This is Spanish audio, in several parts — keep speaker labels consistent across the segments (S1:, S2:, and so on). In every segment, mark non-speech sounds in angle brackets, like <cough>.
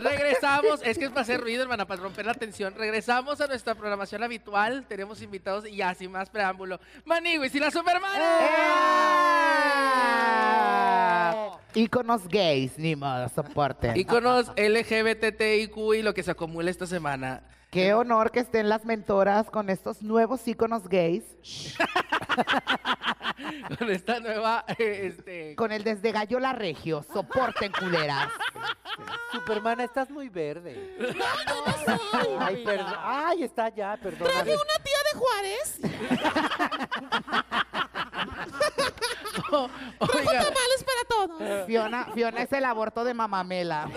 S1: Regresamos, es que es para hacer ruido, hermana, para romper la tensión. Regresamos a nuestra programación habitual. Tenemos invitados y así más preámbulo. Maniwis y la
S2: Eh.
S1: Superman.
S3: ¡Eh! Íconos gays, ni modo, soporten.
S1: Iconos LGBTIQ y lo que se acumula esta semana.
S3: Qué honor que estén las mentoras con estos nuevos íconos gays.
S1: Con esta nueva, eh, este...
S3: Con el desde Gallo la Regio. Soporten, culeras.
S2: Superman, estás muy verde.
S4: <laughs>
S5: No, no soy.
S2: Ay, perdón. Ay, está allá, perdón.
S5: Traje una tía de Juárez. Trajo
S1: Oiga,
S5: tamales para todos.
S3: Fiona, Fiona es el aborto de Mamamela.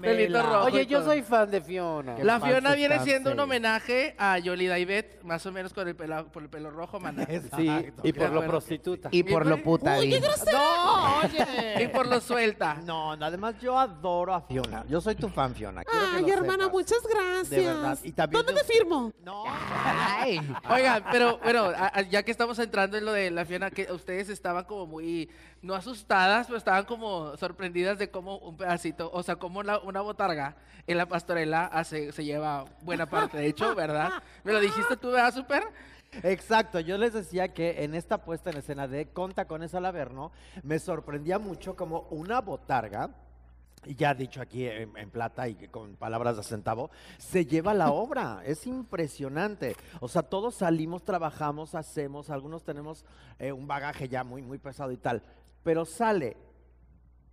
S1: pelito rojo y
S2: Oye, yo
S1: todo.
S2: soy fan de Fiona.
S1: La
S3: Qué
S1: Fiona
S3: falsos
S1: viene
S3: tan
S1: siendo un
S3: serios.
S1: homenaje a Yolida Ivette, más o menos con el pelo, por el pelo rojo, maná.
S2: Sí, y por lo
S1: acuerdo.
S2: prostituta.
S3: Y por lo puta.
S5: Uy, qué
S3: di.
S5: grosero.
S4: No,
S5: <laughs>
S1: Y
S4: oye. pues,
S1: por lo suelta.
S4: No, no, además yo adoro a Fiona. Yo soy tu fan, Fiona. quiero que
S5: Ay,
S4: lo
S5: hermana,
S4: sepas.
S5: muchas gracias.
S4: De verdad. Y también
S5: ¿Dónde
S4: yo-
S5: te firmo?
S4: No.
S3: Ay.
S1: Oigan, pero bueno, a- a- ya que estamos entrando en lo de la Fiona, que ustedes estaban como muy, no asustadas, pero estaban como sorprendidas de cómo un pedacito, o sea, cómo la- una botarga en la pastorela hace, se lleva buena parte, de hecho, ¿verdad? Me lo dijiste tú, ¿verdad, Super?
S4: Exacto, yo les decía que en esta puesta en escena de Con Tacones al Averno, me sorprendía mucho como una botarga, y ya dicho aquí en, en plata y con palabras de centavo, se lleva la
S3: <laughs>
S4: obra. es impresionante. O sea, todos salimos, trabajamos, hacemos, algunos tenemos eh, un bagaje ya muy, muy pesado y tal, pero sale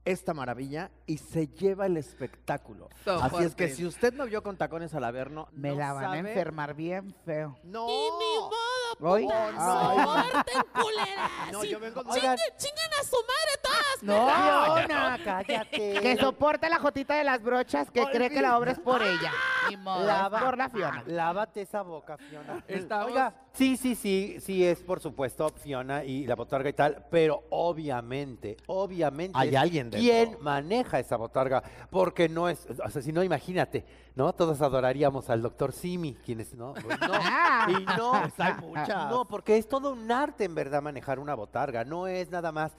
S4: esta maravilla y se lleva el espectáculo.
S1: So
S4: Así es que
S1: fuerte.
S4: si usted no vio Con Tacones al Averno,
S3: Me
S4: no
S3: la van a
S4: sabe-
S3: enfermar bien feo.
S4: No.
S5: Y ni modo,
S3: Hoy.
S5: soporten, culeras.
S4: <laughs> No,
S5: Sí.
S4: yo vengo-
S5: Chingue- Chingan a su madre todas.
S3: No.
S2: Fiona, cállate.
S3: Que soporte la jotita de las brochas que cree que la obra es por ella. Ni modo, es
S2: Lava-
S3: por la Fiona.
S2: Lávate esa boca, Fiona.
S1: Estamos-
S2: Oiga, sí, sí, sí, sí es por supuesto Fiona y la botarga y tal, pero obviamente, obviamente.
S4: Hay
S2: es
S4: alguien dentro.
S2: ¿Quién maneja esa botarga? Porque no es, o sea, si no, imagínate, ¿no? Todos adoraríamos al doctor Simi, quienes no, Pues
S3: <laughs>
S2: no.
S3: Ah.
S2: Y no,
S4: hay muchas.
S2: No, porque es todo un arte en verdad manejar una botarga, no es nada más.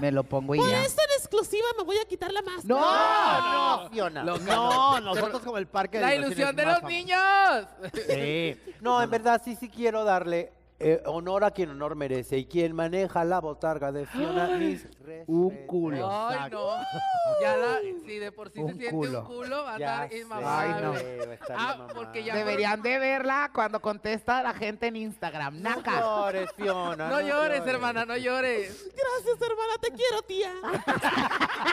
S3: Me lo pongo y
S5: Por
S3: ya.
S5: esto en exclusiva me voy a quitar la máscara.
S2: No, no,
S4: no.
S2: Fiona.
S1: Lo-
S4: No, nosotros como el parque
S1: La
S4: diversiones
S1: ilusión de
S4: más
S1: los
S4: famoso.
S1: niños.
S4: Sí.
S2: No, en verdad sí, sí quiero darle eh, honor a quien honor merece. Y quien maneja la botarga de Fiona, mis
S3: Un
S2: respetos.
S3: culo.
S1: Ay, no. Ya la, si de por sí
S3: Un
S1: se siente
S3: culo.
S1: un culo, va a
S2: Ya
S1: estar
S2: sé,
S1: inmamable.
S3: Ay, no.
S2: va a estar
S1: Ah,
S2: inmamable.
S1: porque ya
S3: Deberían de verla cuando contesta la gente en Instagram.
S2: No
S3: Naca.
S2: llores, Fiona.
S1: No llores, hermana, no llores.
S5: Gracias, hermana, te quiero, tía.
S4: Ah,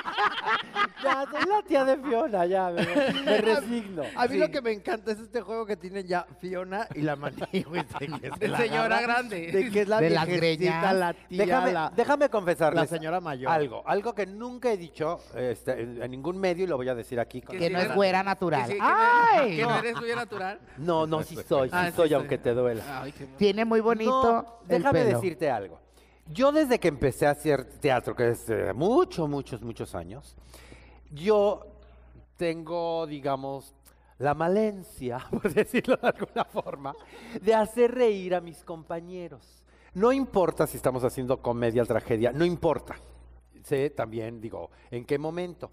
S2: Ya, soy la tía de Fiona, ya, me, me resigno.
S4: A mí
S1: Sí.
S4: lo que me encanta es este juego que tienen ya Fiona <laughs> y la manigüez de
S1: <laughs>
S4: que es
S1: De
S4: la
S1: señora
S4: agarra,
S2: <laughs>
S1: grande.
S4: De que es la
S3: De las
S4: viejecita,
S3: greñas.
S4: la tía,
S2: Déjame,
S4: la...
S2: déjame confesarles
S4: la señora mayor.
S2: algo, algo que nunca he dicho este, en, en ningún medio y lo voy a decir aquí. con-
S1: Que
S3: Que no
S1: sí,
S3: es güera natural.
S1: Que sí, que no-
S3: Ay.
S1: Que no eres tuya natural.
S2: No, no, sí soy, sí
S1: Ah, sí
S2: soy,
S1: soy.
S2: aunque te duela.
S1: Ay, qué
S3: Tiene muy bonito.
S2: No,
S3: el
S2: déjame
S3: pelo.
S2: decirte algo. Yo desde que empecé a hacer teatro, que es eh, muchos, muchos, muchos años, yo tengo, digamos, la malencia, <laughs> por decirlo de alguna forma, de hacer reír a mis compañeros. No importa si estamos haciendo comedia, tragedia, no importa. Sé también, digo, en qué momento.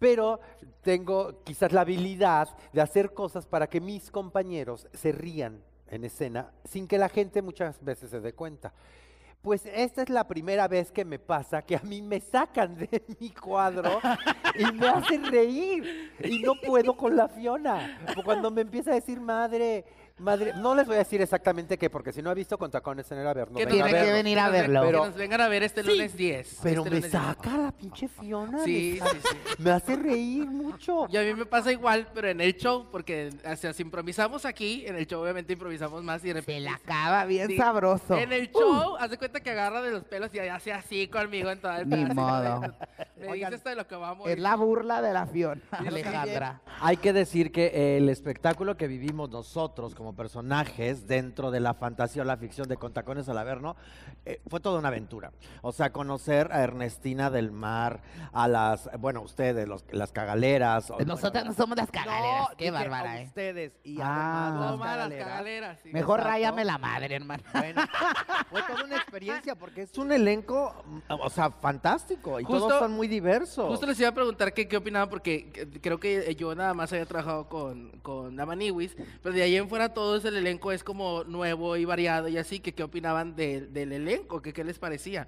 S2: Pero tengo quizás la habilidad de hacer cosas para que mis compañeros se rían en escena sin que la gente muchas veces se dé cuenta. Pues esta es la primera vez que me pasa que a mí me sacan de <laughs> mi cuadro y me hacen reír. Y no puedo con la Fiona. Pues Cuando me empieza a decir madre, madre, no les voy a decir exactamente qué, porque si no he visto con tacones en el Averno.
S1: Que
S2: vengan a
S3: Tiene que
S2: verlo.
S3: venir a
S1: nos ven-
S3: verlo.
S1: que nos vengan a ver este lunes 10.
S2: Pero
S1: este
S2: me
S1: lunes 10.
S2: saca la pinche Fiona. me
S1: Sí,
S2: saca.
S1: sí, sí.
S2: Me hace reír mucho.
S1: Y a mí me pasa igual, pero en el show, porque o sea, si improvisamos aquí, en el show obviamente improvisamos más y de repente...
S3: Se la acaba bien
S1: Sí.
S3: sabroso.
S1: En el show, haz de cuenta que agarra de los pelos y hace así conmigo en toda el <laughs>
S3: Ni
S1: pedazo.
S3: modo.
S1: Me dice esto de lo que vamos.
S3: Es la burla de la Fiona,
S1: Sí, lo que
S3: Alejandra.
S4: Hay que decir que eh, el espectáculo que vivimos nosotros como como personajes dentro de la fantasía o la ficción de Contacones al Averno, eh, fue toda una aventura. O sea, conocer a Ernestina del Mar, a las, bueno, ustedes, los- las cagaleras. o-
S3: Nosotras no
S4: bueno,
S3: somos las cagaleras.
S4: no,
S3: Qué
S4: dije a
S3: bárbara, ¿eh?
S4: Ustedes y
S3: Ah.
S4: además las
S1: Toma las
S4: cagaleras.
S1: cagaleras, sí.
S3: Mejor
S4: Exacto.
S3: ráyame la madre, hermano.
S4: Bueno, fue toda una experiencia porque es un elenco, mm, o sea, fantástico y
S1: Justo-
S4: todos son muy diversos.
S1: Justo les iba a preguntar que- qué opinaban, porque que- creo que eh, yo nada más había trabajado con, con Dama Niwis, pero de ahí en fuera todo el elenco es como nuevo y variado y así, que qué opinaban de- del elenco, que qué les <laughs> parecía.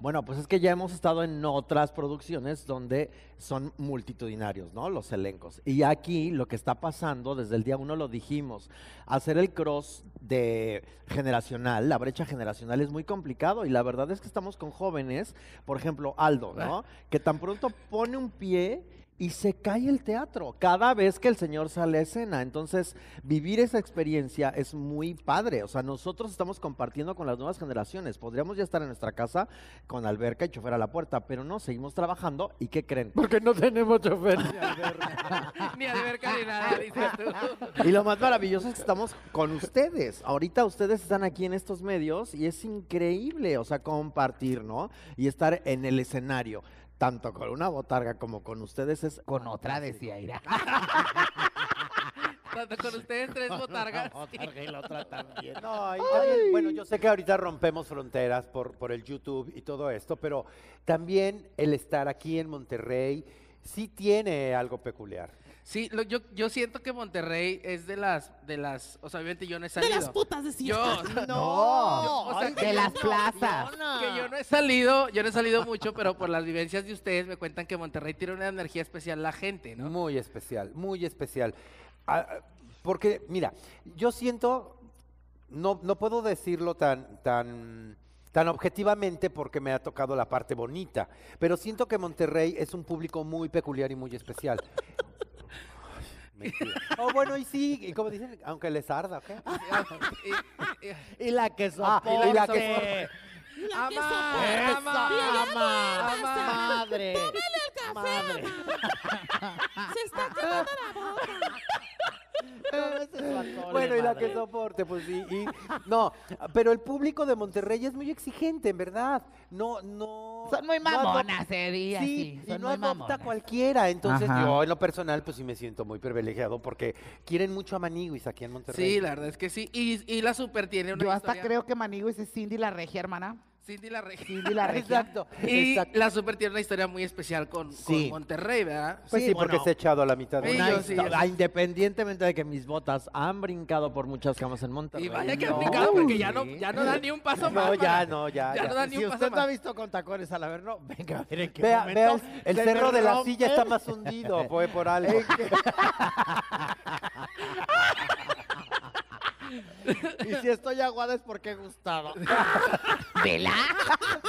S4: Bueno, pues es que ya hemos estado en otras producciones donde son multitudinarios, ¿no? Los elencos. Y aquí lo que está pasando, desde el día uno lo dijimos, hacer el cross de generacional, la brecha generacional es muy complicado y la verdad es que estamos con jóvenes, por ejemplo, Aldo, ¿no? Que tan pronto pone un pie y se cae el teatro cada vez que el señor sale a escena. Entonces, vivir esa experiencia es muy padre. O sea, nosotros estamos compartiendo con las nuevas generaciones. Podríamos ya estar en nuestra casa con alberca y chofer a la puerta, pero no, seguimos trabajando. ¿Y qué creen?
S2: Porque no tenemos chofer.
S1: ni alberca ni nada, <laughs> dices tú.
S4: Y lo más maravilloso es que estamos con ustedes. Ahorita ustedes están aquí en estos medios y es increíble, o sea, compartir, ¿no? Y estar en el escenario, tanto con una botarga como con ustedes es...
S3: <laughs> Con otra decía Ira.
S1: Tanto con ustedes <laughs> tres botargas.
S2: <laughs> No, y también, bueno, yo sé que ahorita rompemos fronteras por, por el YouTube y todo esto, pero también el estar aquí en Monterrey sí tiene algo peculiar.
S1: Sí, lo- yo, yo siento que Monterrey es de las, de las, o sea, obviamente yo no he
S5: De
S1: salido.
S5: las putas de
S1: yo,
S3: No,
S1: <laughs> o sea, que
S3: de las
S1: no,
S3: plazas.
S1: Que yo no he salido, yo no he salido mucho, pero por las vivencias de ustedes me cuentan que Monterrey tiene una energía especial la gente, ¿no?
S2: Muy especial, muy especial. Ah, ah, porque, mira, yo siento, no, no puedo decirlo tan, tan, tan objetivamente porque me ha tocado la parte bonita, pero siento que Monterrey es un público muy peculiar y muy
S3: <laughs>
S2: especial. Ay, mentira. Oh, bueno, y sí, y como dicen, aunque les arda, ¿ok?
S3: Ah,
S1: Y-
S4: <laughs>
S1: y- y-
S4: Y la que
S2: Ah, y la que
S4: soporte.
S5: La que
S1: Ama,
S5: soporta.
S1: ama,
S5: Mira,
S1: ama,
S5: ama.
S4: madre.
S5: Tómale el café, ama. Se está quemando la boca.
S2: Bueno, y la que soporte, pues sí. y- no, pero el público de Monterrey es muy exigente, en verdad. No, no.
S3: Son muy
S2: no adop-
S3: mamonas, sería
S2: Sí,
S3: sí.
S2: y
S3: Son
S2: no
S3: muy
S2: adopta
S3: mamonas.
S2: a cualquiera. Entonces,
S3: Ajá.
S2: yo en lo personal, pues sí me siento muy privilegiado porque quieren mucho a Maniguis aquí en Monterrey.
S1: Sí, la verdad es que sí. Y, y la super tiene una
S3: Yo hasta
S1: historia-
S3: creo que Maniguis es Cindy la regia,
S2: <laughs>
S3: hermana.
S1: Cindy la Regia.
S3: Cindy la regia.
S2: Exacto.
S1: <laughs> Y
S2: exacto.
S1: la super tiene una historia muy especial con, con
S4: Sí.
S1: Monterrey, ¿verdad?
S2: Pues sí,
S4: Sí,
S2: porque
S4: bueno.
S2: se ha echado a la mitad de
S1: Sí,
S4: Una
S1: yo sí, yo
S4: histo- ah,
S1: sí.
S4: Independientemente de que mis botas han brincado por muchas camas en Monterrey.
S1: Y vaya que
S4: no,
S1: han picado porque ya
S4: sí.
S1: no, ya no da ni un paso más.
S2: No, ya,
S1: para-
S2: no, ya.
S1: Ya
S2: ya.
S1: no da ni
S4: Si
S1: un paso
S4: usted no ha
S1: más.
S4: visto con tacones al averno, venga a ver en qué
S2: Vea,
S4: momento
S2: vea, el, el
S4: se me
S2: cerro de la
S4: rompe.
S2: silla está más hundido, fue por algo. <laughs>
S4: Y si estoy aguada es porque he gustado.
S3: ¿Vela?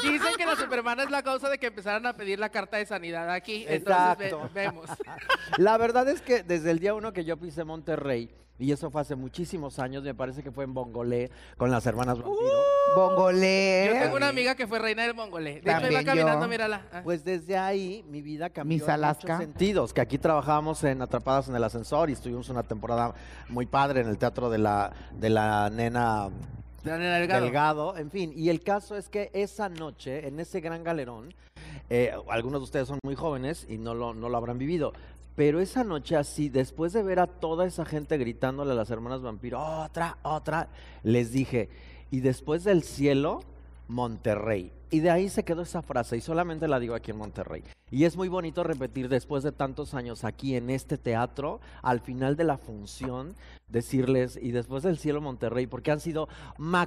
S1: Dicen que la supermana es la causa de que empezaran a pedir la carta de sanidad aquí.
S2: Exacto.
S1: Entonces ve-
S3: <laughs>
S1: vemos.
S4: La verdad es que desde el día uno que yo pisé Monterrey, y eso fue hace muchísimos años, me parece que fue en Bongolé con las hermanas Vampiro.
S3: Uh. Bongolé.
S1: Yo tengo una amiga que fue reina del Mongolé. De hecho, ahí
S3: También
S1: va caminando,
S3: yo.
S1: mírala. Ah.
S4: Pues desde ahí mi vida cambió
S3: Miss
S4: en
S3: Alaska.
S4: muchos sentidos, que aquí trabajábamos en Atrapadas en el Ascensor y estuvimos una temporada muy padre en el teatro de la, de la nena
S1: De Daniela Delgado.
S4: Delgado. en fin. Y el caso es que esa noche, en ese gran galerón, eh, algunos de ustedes son muy jóvenes y no lo, no lo habrán vivido. Pero esa noche así, después de ver a toda esa gente gritándole a las hermanas vampiro, otra, otra, les dije, y después del cielo, Monterrey. Y de ahí se quedó esa frase y solamente la digo aquí en Monterrey. Y es muy bonito repetir después de tantos años aquí en este teatro, al final de la función, decirles, y después del cielo Monterrey, porque han sido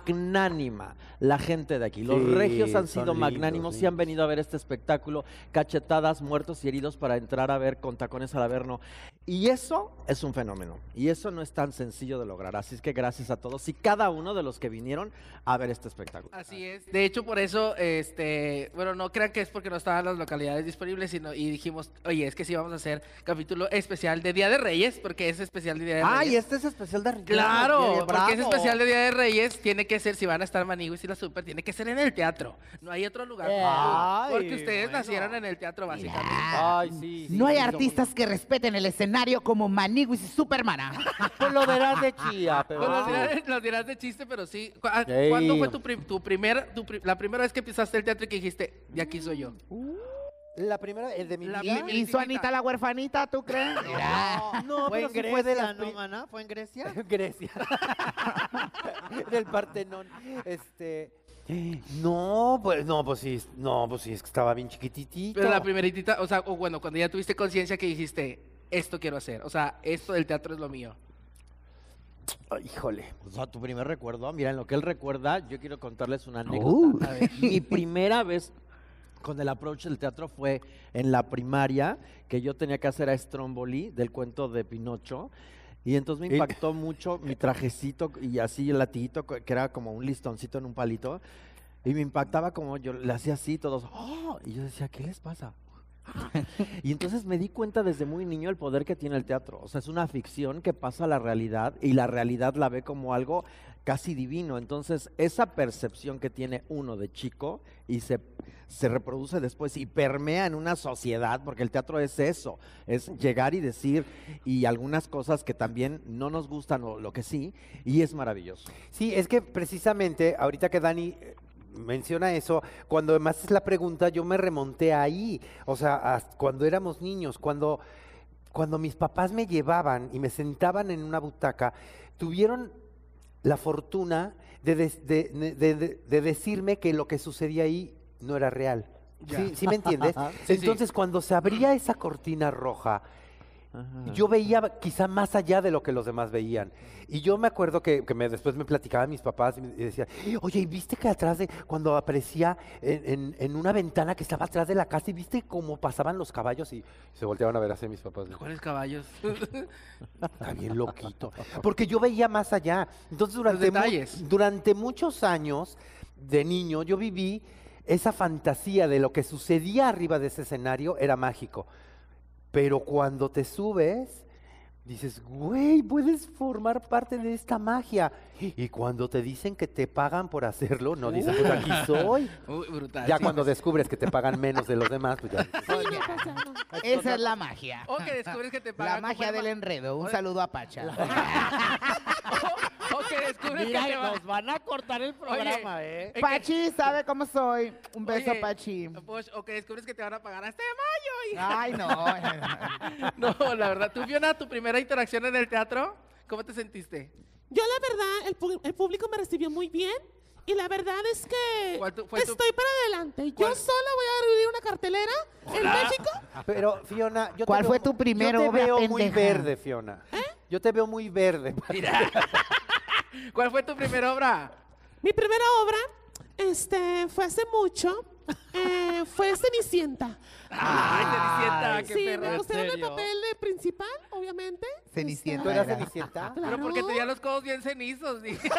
S4: magnánima la gente de aquí. Los
S2: Sí,
S4: regios han
S2: son
S4: sido magnánimos
S2: lindos,
S4: y han
S2: lindos.
S4: venido a ver este espectáculo, cachetadas, muertos y heridos para entrar a ver con tacones al averno. Y eso es un fenómeno. Y eso no es tan sencillo de lograr. Así es que gracias a todos y cada uno de los que vinieron a ver este espectáculo.
S1: Así es. De hecho, por eso eh, este, bueno, no crean que es porque no estaban las localidades disponibles, sino y dijimos, oye, es que sí vamos a hacer capítulo especial de Día de Reyes, porque es especial de Día de Reyes.
S4: Ay, este es especial de Reyes.
S1: Claro, porque es
S4: bravo.
S1: especial de Día de Reyes, tiene que ser, si van a estar Maniguis y la Super, tiene que ser en el teatro. No hay otro lugar.
S4: Ay,
S1: porque ustedes
S4: bueno.
S1: nacieron en el teatro, básicamente.
S2: Ay, sí.
S3: No hay artistas que respeten el escenario como Maniguis y Supermana.
S2: Pues lo verás de
S4: <laughs>
S2: chía, pero.
S1: Pues los,
S2: sí.
S1: dirás, los dirás de chiste, pero sí. Cu- ah,
S2: Ey.
S1: ¿Cuándo fue tu, prim- tu primer, tu pri- la primera vez que pisaste el teatro y que dijiste, de aquí soy yo?
S4: Mm,
S2: La primera, el de mi
S1: La
S2: vida.
S1: primera.
S3: ¿Y hizo Anita la huerfanita, tú crees? Mira. <laughs>
S2: No,
S4: ¿Fue
S2: pero
S4: en
S2: sí
S4: Grecia,
S2: fue de las
S4: no,
S2: pri-
S4: maná? ¿Fue en Grecia?
S2: <laughs> Grecia. Del Partenón.
S4: <gasps>
S2: Este. No, pues no, pues sí, no, pues sí, es que estaba bien chiquititito.
S1: Pero la primeritita, o sea, o bueno, cuando ya tuviste conciencia que dijiste, esto quiero hacer, o sea, esto del teatro es lo mío.
S2: Ay, híjole.
S4: O sea, Pues, tu primer recuerdo. Mira, en lo que él recuerda, yo quiero contarles una anécdota.
S3: Uh.
S1: A ver.
S4: Mi primera vez con el approach del teatro fue en la primaria, que yo tenía que hacer a Stromboli del cuento de Pinocho. Y entonces me
S2: Y-
S4: impactó mucho mi trajecito y así el latiguito, co- que era como un listoncito en un palito. Y me impactaba como yo le hacía así, todos, ¡oh! Y yo decía, ¿qué les pasa? Y entonces me di cuenta desde muy niño el poder que tiene el teatro. O sea, es una ficción que pasa a la realidad y la realidad la ve como algo casi divino. Entonces, esa percepción que tiene uno de chico y se, se reproduce después y permea en una sociedad, porque el teatro es eso, es llegar y decir y algunas cosas que también no nos gustan o lo que sí, y es maravilloso.
S2: Sí, es que precisamente, ahorita que Dani eh, menciona eso, cuando además es la pregunta, yo me remonté ahí. O sea, as- cuando éramos niños, cuando, cuando mis papás me llevaban y me sentaban en una butaca, tuvieron la fortuna de, des- de- de- de- de decirme que lo que sucedía ahí no era real.
S1: Ya.
S2: ¿Sí, sí me entiendes?
S1: <laughs> sí.
S2: Entonces, cuando se abría esa cortina roja, yo veía quizá más allá de lo que los demás veían. Y yo me acuerdo que, que me, después me platicaban mis papás y me y decían, oye, ¿y viste que atrás de, cuando aparecía en, en- en una ventana que estaba atrás de la casa y viste cómo pasaban los caballos y se volteaban a ver así mis papás? de,
S1: ¿Cuáles caballos?
S2: Está bien loquito. Porque yo veía más allá. Entonces, durante, mu-
S1: detalles.
S2: durante muchos años de niño, yo viví esa fantasía de lo que sucedía arriba de ese escenario era mágico. Pero cuando te subes, dices, güey, puedes formar parte de esta magia. Y cuando te dicen que te pagan por hacerlo, no dices,
S1: <laughs>
S2: pues aquí soy.
S1: <laughs> Uy, brutal.
S2: Ya
S1: sí.
S2: cuando descubres que te pagan menos de los demás, pues ya. dices,
S5: Sí, me pasa, no.
S3: Esa es la magia.
S1: O que
S3: <laughs>
S1: descubres que te pagan.
S3: La magia
S1: como
S3: del
S1: herma-
S3: enredo. Un saludo a Pacha.
S1: <laughs> O que <laughs> descubres que te va-
S4: van a cortar el
S1: programa,
S4: ¿eh?
S1: que-
S3: Pachi sabe cómo soy. Un beso,
S1: Oye,
S3: Pachi.
S1: pues, o que descubres que te van a pagar hasta mayo. hija.
S3: Ay, <laughs> no.
S1: <laughs> No, la verdad. ¿Tú, Fiona, tu primera interacción en el teatro? ¿Cómo te sentiste?
S5: Yo la verdad, el, pu- el público me recibió muy bien y la verdad es que
S1: ¿Cuál tu- fue tu-
S5: estoy para adelante. Yo
S1: ¿Cuál?
S5: sola voy a abrir una cartelera en México.
S2: Pero, Fiona, yo te
S3: ¿Cuál
S2: veo
S3: fue
S2: mu-
S3: tu primera
S2: Yo te
S3: obra,
S2: veo muy
S3: pendeja?
S2: verde, Fiona. Yo te veo muy verde.
S1: <laughs> ¿Cuál fue tu primera obra?
S5: Mi primera obra este, fue hace mucho,
S1: <laughs>
S5: eh, fue Cenicienta.
S1: Ay, Cenicienta, Ah, qué
S5: sí,
S1: perra.
S5: me pusieron el
S4: serio?
S5: papel de principal, obviamente. Este,
S3: Cenicienta.
S2: ¿Tú eras Cenicienta?
S1: Pero porque
S5: Claro.
S1: tenía los codos bien cenizos. dije.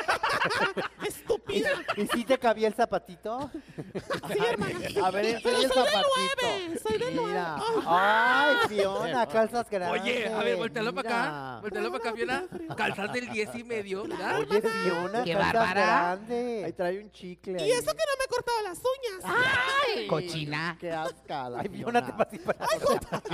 S5: Estúpida.
S1: <laughs>
S2: ¿Y si te cabía el zapatito?
S5: Sí, hermana.
S2: A ver,
S5: Pero
S2: enseña
S5: soy
S2: el
S5: del
S2: zapatito.
S5: 9, soy del 9.
S2: Mira. Ay, <laughs> Fiona, calzas grandes.
S1: Oye, a ver, voltealo para
S2: mira.
S1: acá. Voltealo para acá, Fiona. Calzas del 10 y medio, ¿verdad?
S2: Oye, Fiona,
S3: Qué
S2: calzas
S3: bárbara.
S2: grandes.
S4: Ahí trae un chicle.
S5: Y eso que no me he cortado las uñas.
S1: Ah.
S3: Cochina.
S4: Qué asca la
S2: Ay, Fiona, te pasé para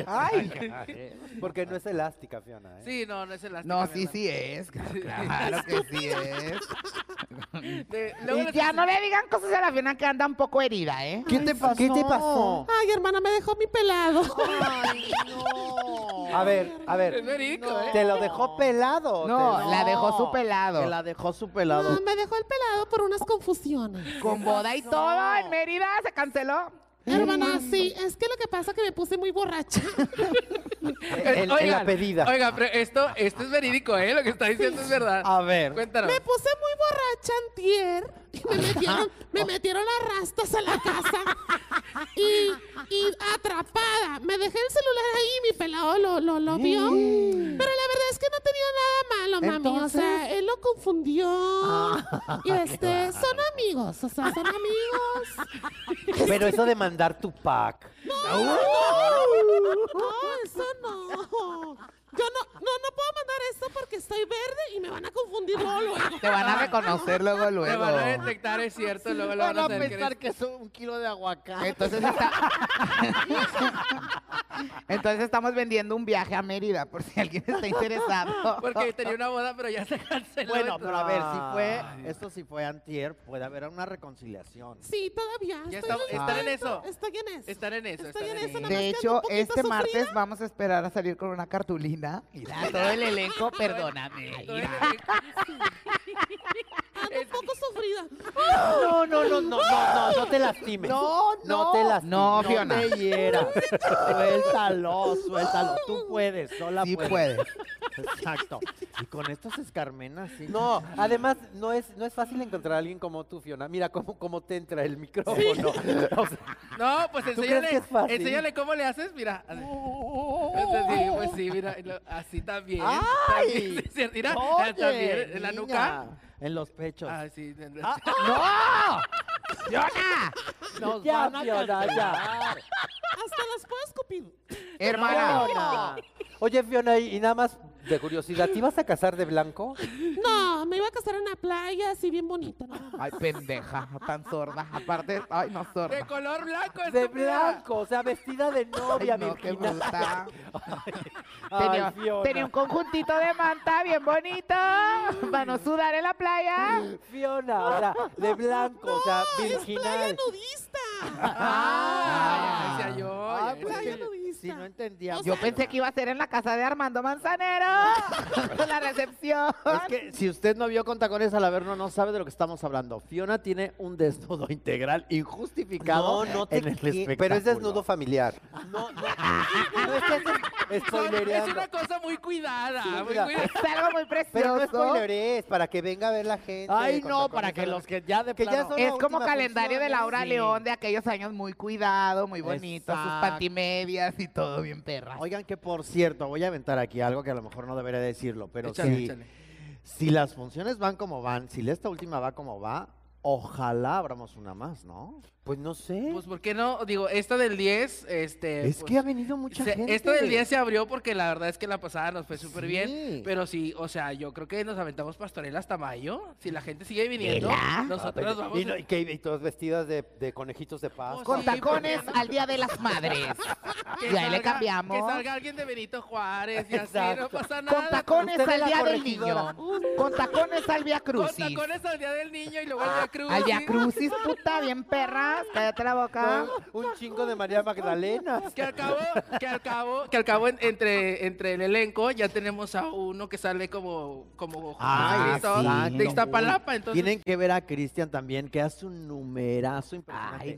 S2: Ay, porque no es elástica, Fiona. ¿eh?
S1: Sí, no, no es elástico.
S3: No,
S1: mi
S3: sí,
S1: hermano.
S3: sí es. Claro que sí es.
S1: De- luego
S3: Y
S1: la
S3: ya
S1: tercera-
S3: no le digan cosas a la Fiona que anda un poco herida, ¿eh?
S4: ¿Qué te pasó?
S2: ¿Qué te pasó?
S5: Ay, hermana, me dejó mi pelado.
S4: Ay, no.
S2: A ver, a
S1: Es
S2: ver.
S1: verico,
S4: No.
S1: ¿eh?
S2: ¿Te lo dejó pelado?
S3: No,
S2: Te-
S3: la dejó su
S4: Te
S3: pelado. Eh.
S4: la dejó su pelado.
S5: Ah, me dejó el pelado por unas confusiones.
S3: Con boda y todo en Mérida se canceló.
S5: Hermana, sí, es que lo que pasa es que me puse muy borracha.
S2: En- en la pedida.
S1: Oiga, pero esto, esto es verídico, ¿eh? Lo que está diciendo es verdad.
S4: A ver.
S1: Cuéntanos.
S5: Me puse muy borracha antier. que me metieron, me metieron las rastas a la casa y, y atrapada. Me dejé el celular ahí, mi pelado lo, lo, lo vio. Pero la verdad es que no tenía nada malo, mami. O sea, él lo confundió. y este, son amigos, o sea, son amigos.
S2: Pero eso de mandar tu pack.
S5: No, eso no. Yo no, no, no puedo mandar esto porque estoy verde y me van a confundir luego. luego.
S3: Te van a reconocer luego,
S1: Te
S3: luego.
S1: van a detectar, es cierto, luego lo van a saber que eres-
S4: que es un kilo de aguacate.
S3: Entonces, está- Entonces estamos vendiendo un viaje a Mérida, por si alguien está interesado.
S1: <laughs> Porque tenía una boda, pero ya se canceló.
S4: Bueno,
S1: entonces-
S4: pero a ver, si
S2: Ay.
S4: fue, esto sí fue antier, puede haber una reconciliación.
S5: Sí, todavía.
S1: Ya
S5: estoy
S1: está- están en eso.
S5: Estoy en eso.
S1: Están en eso,
S5: Estoy
S1: están
S5: en
S1: en
S5: eso.
S1: eso.
S5: nada más
S3: De
S5: que ando un
S3: hecho,
S5: poquito
S3: este martes
S5: sufrida.
S3: vamos a esperar a salir con una cartulina. Mira, todo el elenco, perdóname.
S1: Todo el-
S5: Ando un poco sufrida.
S2: <gasps> No, no, no, no, no, no, no te lastimes.
S3: No,
S2: No te
S3: no.
S2: lastimes.
S3: No, Fiona.
S2: te hieras. suéltalo, suéltalo. Tú puedes, sola
S3: Sí
S2: puedes.
S3: puedes.
S4: Exacto. Y con estos escarmenas, sí.
S2: No, además no es, no es fácil encontrar a alguien como tú, Fiona. Mira cómo, cómo te entra el micrófono. <laughs> O sea,
S1: No, pues
S2: crees que
S1: enséñale,
S2: es fácil?
S1: enséñale cómo le haces, mira. así. <laughs> Entonces, sí, pues sí, mira, y lo- así también.
S4: ¡Ay!
S1: También, <laughs> sí, sí, mira,
S4: Oye,
S1: también en la nuca.
S4: niña, En los pechos.
S1: Ah, sí, en- en-
S4: Nos
S2: ya,
S4: van a
S2: Fiona, ya.
S4: cancelar.
S5: Hasta las puedo escupir.
S3: Hermana.
S4: Fiona.
S2: Oye, Fiona, y, y nada más de curiosidad, ¿te ibas a casar de blanco?
S5: No, me iba a casar en la playa, así bien bonito. ¿no?
S3: Ay, pendeja, tan sorda. Aparte, ay, no
S1: de
S3: sorda.
S1: color blanco.
S2: De
S1: estúpida.
S2: blanco, o sea, vestida de novia,
S3: Ay, no, qué
S2: virginal.
S3: bruta.
S2: Ay,
S3: Tenía,
S2: Fiona.
S3: tenía un conjuntito de manta bien bonito para no sudar en la playa.
S2: Fiona, o sea, de blanco, o sea,
S5: Es playa
S2: virginal.
S5: nudista.
S1: Ah, ya decía yo.
S4: Ah,
S1: ya
S4: pues
S1: decía
S4: que-
S1: yo.
S5: nudista.
S4: si no entendía.
S3: Yo pensé que iba a ser en la casa de Armando Manzanero, <laughs> con la recepción.
S4: Es que si usted no vio con tacones al averno, no sabe de lo que estamos hablando. Fiona tiene un desnudo integral injustificado
S2: No, no te
S4: en el
S2: qui-
S4: espectáculo.
S2: Pero es desnudo familiar. No, no. No estés es-
S4: pues,
S1: Son- es
S2: spoilereando.
S1: una cosa muy cuidada,
S2: Sí,
S1: muy
S2: mira.
S1: cuidada.
S3: Es algo muy
S2: Pero no
S3: precioso.
S2: spoilerees, para que venga a ver la gente.
S4: Ay,
S2: con
S4: no,
S2: tacones
S4: para
S2: al
S4: que
S2: averno.
S4: los que ya de
S2: Que ya
S4: plano-
S2: son
S3: Es
S2: la
S3: como
S2: última
S3: calendario de
S2: función,
S4: ¿eh?
S3: Laura
S2: sí.
S3: León de aquellos años muy cuidado, muy bonito, sus
S4: Exacto.
S3: pantimedias y todo bien perra.
S4: Oigan, que por cierto, voy a aventar aquí algo que a lo mejor no debería decirlo, pero
S1: Échale,
S4: si,
S1: échale.
S4: si las funciones van como van, si esta última va como va, ojalá abramos una más, ¿no?
S2: Pues no sé.
S1: Pues, ¿por qué no? Digo, esta del 10, este...
S4: es
S1: pues,
S4: que ha venido mucha
S1: se-
S4: gente.
S1: Esto del 10 se abrió porque la verdad es que la pasada nos fue súper
S4: Sí.
S1: bien. Pero sí, o sea, yo creo que nos aventamos pastorela hasta mayo. Si la gente sigue viniendo,
S3: ¿Verdad?
S1: nosotros
S2: Ah,
S1: vamos...
S2: y, no- y que- y todos vestidas de, de conejitos de paz.
S1: Oh,
S3: Con
S1: sí,
S3: tacones
S1: porque no-
S3: al Día de las Madres.
S1: que
S3: y ahí le
S1: salga-
S3: cambiamos.
S1: Que salga alguien de Benito Juárez y así, no
S2: Exacto.
S1: pasa nada.
S3: Con tacones
S2: Usted es
S3: al
S2: la
S3: Día del
S2: corregidora.
S3: Niño. Con tacones al Vía
S1: Con
S3: Crucis. Ah,
S1: tacones al Día del Niño y luego al Día Cruz.
S3: Al Vía Crucis, puta, bien perras. Cállate la boca.
S2: Un un chingo de María <laughs> Magdalena.
S1: Que <laughs> al cabo, que al cabo, que al cabo en- entre, entre el elenco ya tenemos a uno que sale como, como
S4: Ay,
S1: Jesucristo
S4: exacto.
S1: de Iztapalapa, entonces.
S4: Tienen que ver a Cristian también, que hace un numerazo impresionante.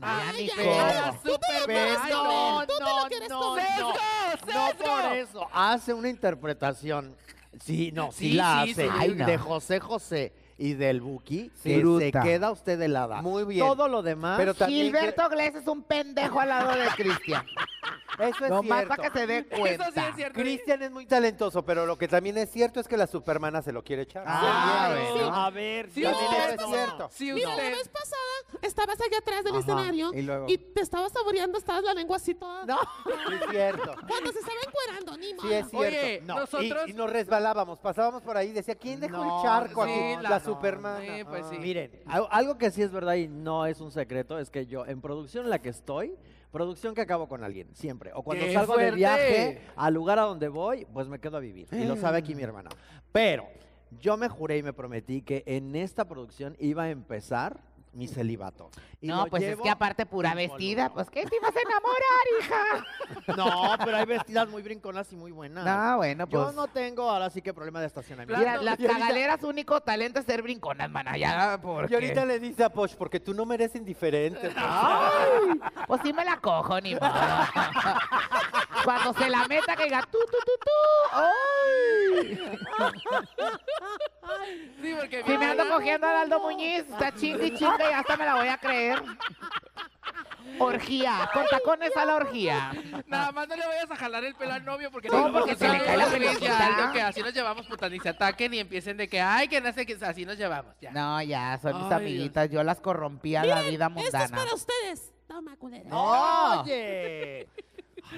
S3: Ay,
S1: Ay,
S3: Mira,
S1: ay,
S3: Nicole.
S1: ay, súper
S4: Pero
S1: mal.
S4: no,
S5: tú te lo
S4: no,
S5: quieres
S4: no,
S5: comer.
S4: no. No por eso. Hace una interpretación. Sí, no, sí,
S1: Sí,
S4: la
S1: sí,
S4: hace.
S1: sí.
S4: Ay,
S3: no.
S4: De José José y del Buki, que
S3: Bruta.
S4: se queda usted helada.
S2: Muy bien.
S4: Todo lo demás.
S2: Pero también
S3: Gilberto Gles es un pendejo al lado de Cristian.
S2: Eso es
S3: Nomás
S2: cierto.
S3: para que se dé cuenta.
S1: Eso sí es cierto.
S2: Cristian es muy talentoso, pero lo que también es cierto es que la supermana se lo quiere echar.
S4: Ah,
S1: Sí,
S4: bueno.
S1: sí.
S4: A ver,
S1: Sí,
S4: también
S1: usted-
S4: eso es
S2: no.
S4: cierto.
S1: Si
S5: Mira, la
S1: usted,
S5: vez pasada estabas allá atrás del
S4: Ajá,
S5: escenario
S4: y luego.
S5: te estabas saboreando, estabas la lengua así toda.
S4: No.
S2: Sí, es cierto.
S5: Cuando se estaba encuerando, ni modo.
S2: Sí, es cierto.
S1: Oye,
S2: No,
S1: nosotros-
S2: y, y nos resbalábamos, pasábamos por ahí y decía, ¿quién dejó
S4: No,
S2: el charco
S1: sí,
S2: aquí?
S1: la-
S2: La,
S1: no,
S2: supermana.
S1: sí, pues sí.
S4: Miren, al- algo que sí es verdad y no es un secreto es que yo en producción en la que estoy, producción que acabo con alguien, siempre. O cuando
S1: ¡Qué
S4: salgo
S1: fuerte!
S4: de viaje al lugar a donde voy, pues me quedo a vivir. Y lo sabe aquí mi hermana. Pero yo me juré y me prometí que en esta producción iba a empezar mi celibato. Y
S3: No,
S4: lo
S3: pues es
S4: llevo
S3: que aparte pura
S4: involucrado.
S3: vestida, pues ¿qué te ibas a enamorar, hija?
S4: <laughs> No, pero hay vestidas muy brinconas y muy buenas.
S3: <laughs> No, bueno,
S4: yo
S3: pues.
S4: no tengo ahora sí que problema de estacionamiento.
S3: Mira,
S1: Plano.
S3: las
S2: Y ahorita-
S3: cagaleras su único talento es ser brinconas, mana, ya, porque...
S2: Y ahorita le dice a Posh, porque tú no me eres
S3: <laughs>
S2: indiferente. pues".
S3: ¡Ay! Pues sí me la cojo, ni modo. Cuando se la meta que diga tú, tú, tú, tú. ¡Ay!
S1: sí, porque
S3: Si me ando
S1: mira,
S3: cogiendo a Aldo Muñiz, está chingue y chingue y hasta me la voy a creer. Orgía, con tacones a la orgía.
S1: Nada más no le vayas a jalar el pelo al novio porque
S3: No,
S1: tenemos
S3: porque
S1: que
S3: se le
S1: saber
S3: cae la
S1: que es ya
S3: peluquita.
S1: algo que así nos llevamos, puta, ni se ataquen y empiecen de que, ay, que no sé qué, así nos llevamos, ya.
S3: No, ya, son mis
S1: Ay,
S3: amiguitas. Yo las corrompí a la vida
S5: Esto es
S3: mundana.
S5: para ustedes. Toma, culera.
S3: No.
S4: ¡Oye!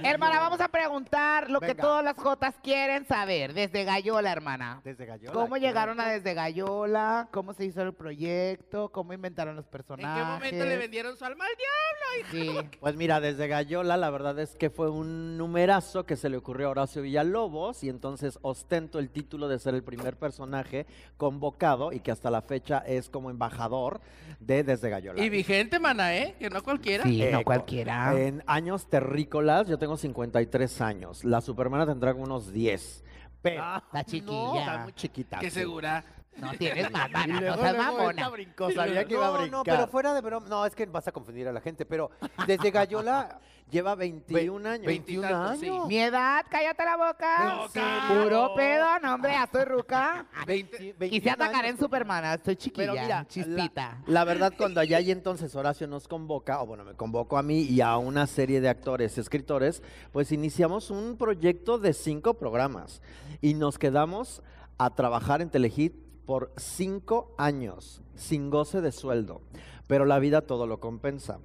S3: Hermana, vamos a preguntar lo que
S4: Venga.
S3: todas las jotas quieren saber desde Gallola, hermana.
S4: Desde Gallola.
S3: ¿Cómo llegaron a Desde Gallola? ¿Cómo se hizo el proyecto? ¿Cómo inventaron los
S1: ¿En
S3: personajes?
S1: qué momento le vendieron su alma al diablo? hija?
S4: <laughs>
S3: Sí.
S4: Pues mira, desde Gallola la verdad es que fue un numerazo que se le ocurrió a Horacio Villalobos y entonces ostento el título de ser el primer personaje convocado y que hasta la fecha es como embajador de Desde Gallola.
S1: Y vigente, mana, ¿eh? Que no cualquiera.
S3: Sí, no
S4: Eco. Eh,
S3: cualquiera.
S4: En años terrícolas, yo tengo 53 años. La Supermana tendrá como unos 10. Pero
S2: Ah,
S3: La
S4: no, está
S3: chiquilla.
S4: muy chiquita.
S1: que
S4: sí.
S1: segura.
S3: No tienes más,
S4: <laughs> Y
S3: mana, no
S4: luego,
S3: seas
S4: luego esta
S3: mamona.
S4: brincó, sabía que iba a
S2: No,
S4: brincar.
S2: no, pero fuera de broma. No, es que vas a confundir a la gente, pero desde <laughs> Gallola.
S4: Lleva 21 años.
S1: 21 años. Sí.
S3: Mi edad, cállate la boca.
S1: No, claro.
S3: Puro pedo, no, hombre, ya estoy
S4: <laughs>
S3: ruca.
S1: 20.
S3: Quise atacar en Superman, estoy chiquilla,
S4: Pero mira,
S3: chispita.
S4: La, la verdad, cuando allá y entonces Horacio nos convoca, o bueno, me convocó a mí y a una serie de actores y escritores, pues iniciamos un proyecto de cinco programas y nos quedamos a trabajar en Telehit por cinco años, sin goce de sueldo. Pero la vida todo lo compensa.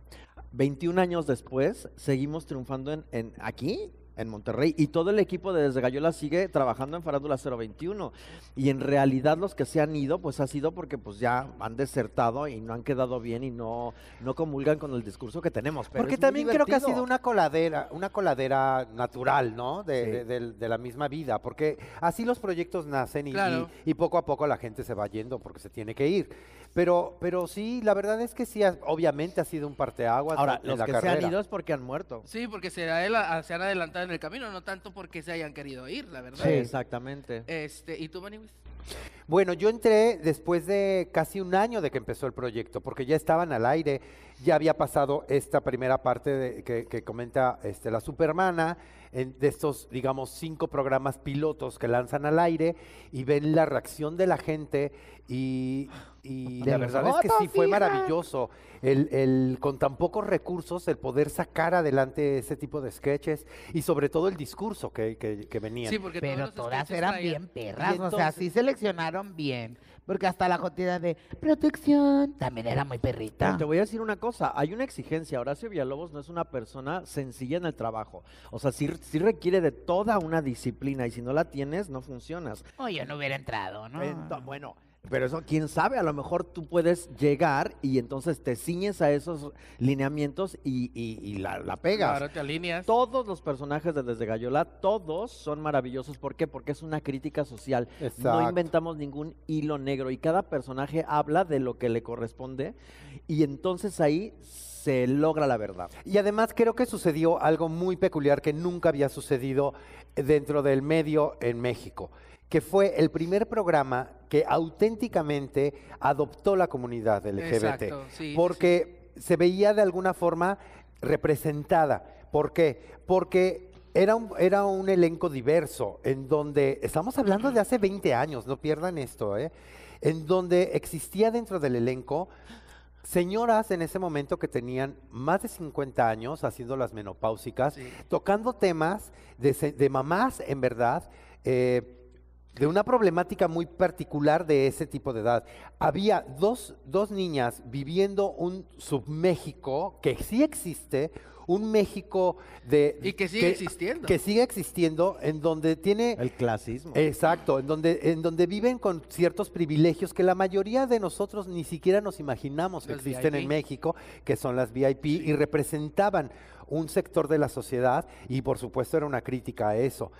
S4: 21 años después, seguimos triunfando en, en- aquí, en Monterrey, y todo el equipo de Desde Gallola sigue trabajando en Farándula 021. Y en realidad los que se han ido, pues ha sido porque pues ya han desertado y no han quedado bien y no, no comulgan con el discurso que tenemos. pero
S2: Porque
S4: es muy
S2: también creo que ha
S4: divertido.
S2: sido una coladera, una coladera natural, ¿no? De,
S4: Sí.
S2: de- del- de la misma vida, porque así los proyectos nacen y,
S1: Claro.
S2: y- y poco a poco la gente se va yendo porque se tiene que ir. Pero, pero sí, la verdad es que sí, ha- obviamente ha sido un parteaguas
S4: Ahora,
S2: en
S4: los
S2: la
S4: que
S2: carrera.
S4: se han ido es porque han muerto.
S1: Sí, porque se, adela- se han adelantado en el camino, no tanto porque se hayan querido ir, la verdad.
S4: Exactamente.
S1: Este, ¿Y tú, Maniwis?
S2: Bueno, yo entré después de casi un año de que empezó el proyecto, porque ya estaban al aire, ya había pasado esta primera parte de- que, que comenta este, la Supermana, en- de estos, digamos, cinco programas pilotos que lanzan al aire y ven la reacción de la gente y, y
S3: De
S2: la
S3: los
S2: verdad es que sí
S3: votos,
S2: fue
S3: hija.
S2: maravilloso el, el- con tan pocos recursos el poder sacar adelante ese tipo de sketches y sobre todo el discurso que, que, que venía.
S1: Sí, porque todos
S3: Pero
S1: los
S3: todas
S1: sketches
S3: eran
S1: traían-
S3: bien perras,
S2: Y
S3: o sea,
S2: entonces-
S3: sí seleccionaron bien. Porque hasta la jotida de protección también era muy
S4: Pero
S3: perrita.
S4: Te voy a decir una cosa, hay una exigencia. Horacio Villalobos no es una persona sencilla en el trabajo. O sea, sí, sí requiere de toda una disciplina y si no la tienes, no funcionas.
S3: Oh, yo no hubiera entrado, ¿no?
S4: Ento- bueno, pero eso, quién sabe, a lo mejor tú puedes llegar y entonces te ciñes a esos lineamientos y, y- y la, la pegas.
S1: Claro, te alineas.
S4: Todos los personajes de Desde Gallola, todos son maravillosos. ¿Por qué? Porque es una crítica social.
S2: Exacto.
S4: No inventamos ningún hilo negro y cada personaje habla de lo que le corresponde y entonces ahí se logra la verdad.
S2: Y además creo que sucedió algo muy peculiar que nunca había sucedido dentro del medio en México, que fue el primer programa que auténticamente adoptó la comunidad LGBT.
S1: Exacto, sí, sí,
S2: porque se veía de alguna forma representada. ¿Por qué? Porque era un, era un elenco diverso, en donde, estamos hablando de hace 20 años, no pierdan esto, ¿eh? en donde existía dentro del elenco señoras en ese momento que tenían más de 50 años haciendo las menopáusicas,
S1: Sí.
S2: tocando temas de, se- de mamás, en verdad, eh, de una problemática muy particular de ese tipo de edad. Había dos, dos niñas viviendo un subméxico que sí existe, un México de...
S1: Y que sigue existiendo.
S2: Que sigue existiendo, en donde tiene...
S4: El clasismo.
S2: Exacto, en donde, en donde viven con ciertos privilegios que la mayoría de nosotros ni siquiera nos imaginamos que
S1: Las
S2: existen en
S1: VIP.
S2: México, que son las VIP y representaban un sector de la sociedad y por supuesto era una crítica a eso.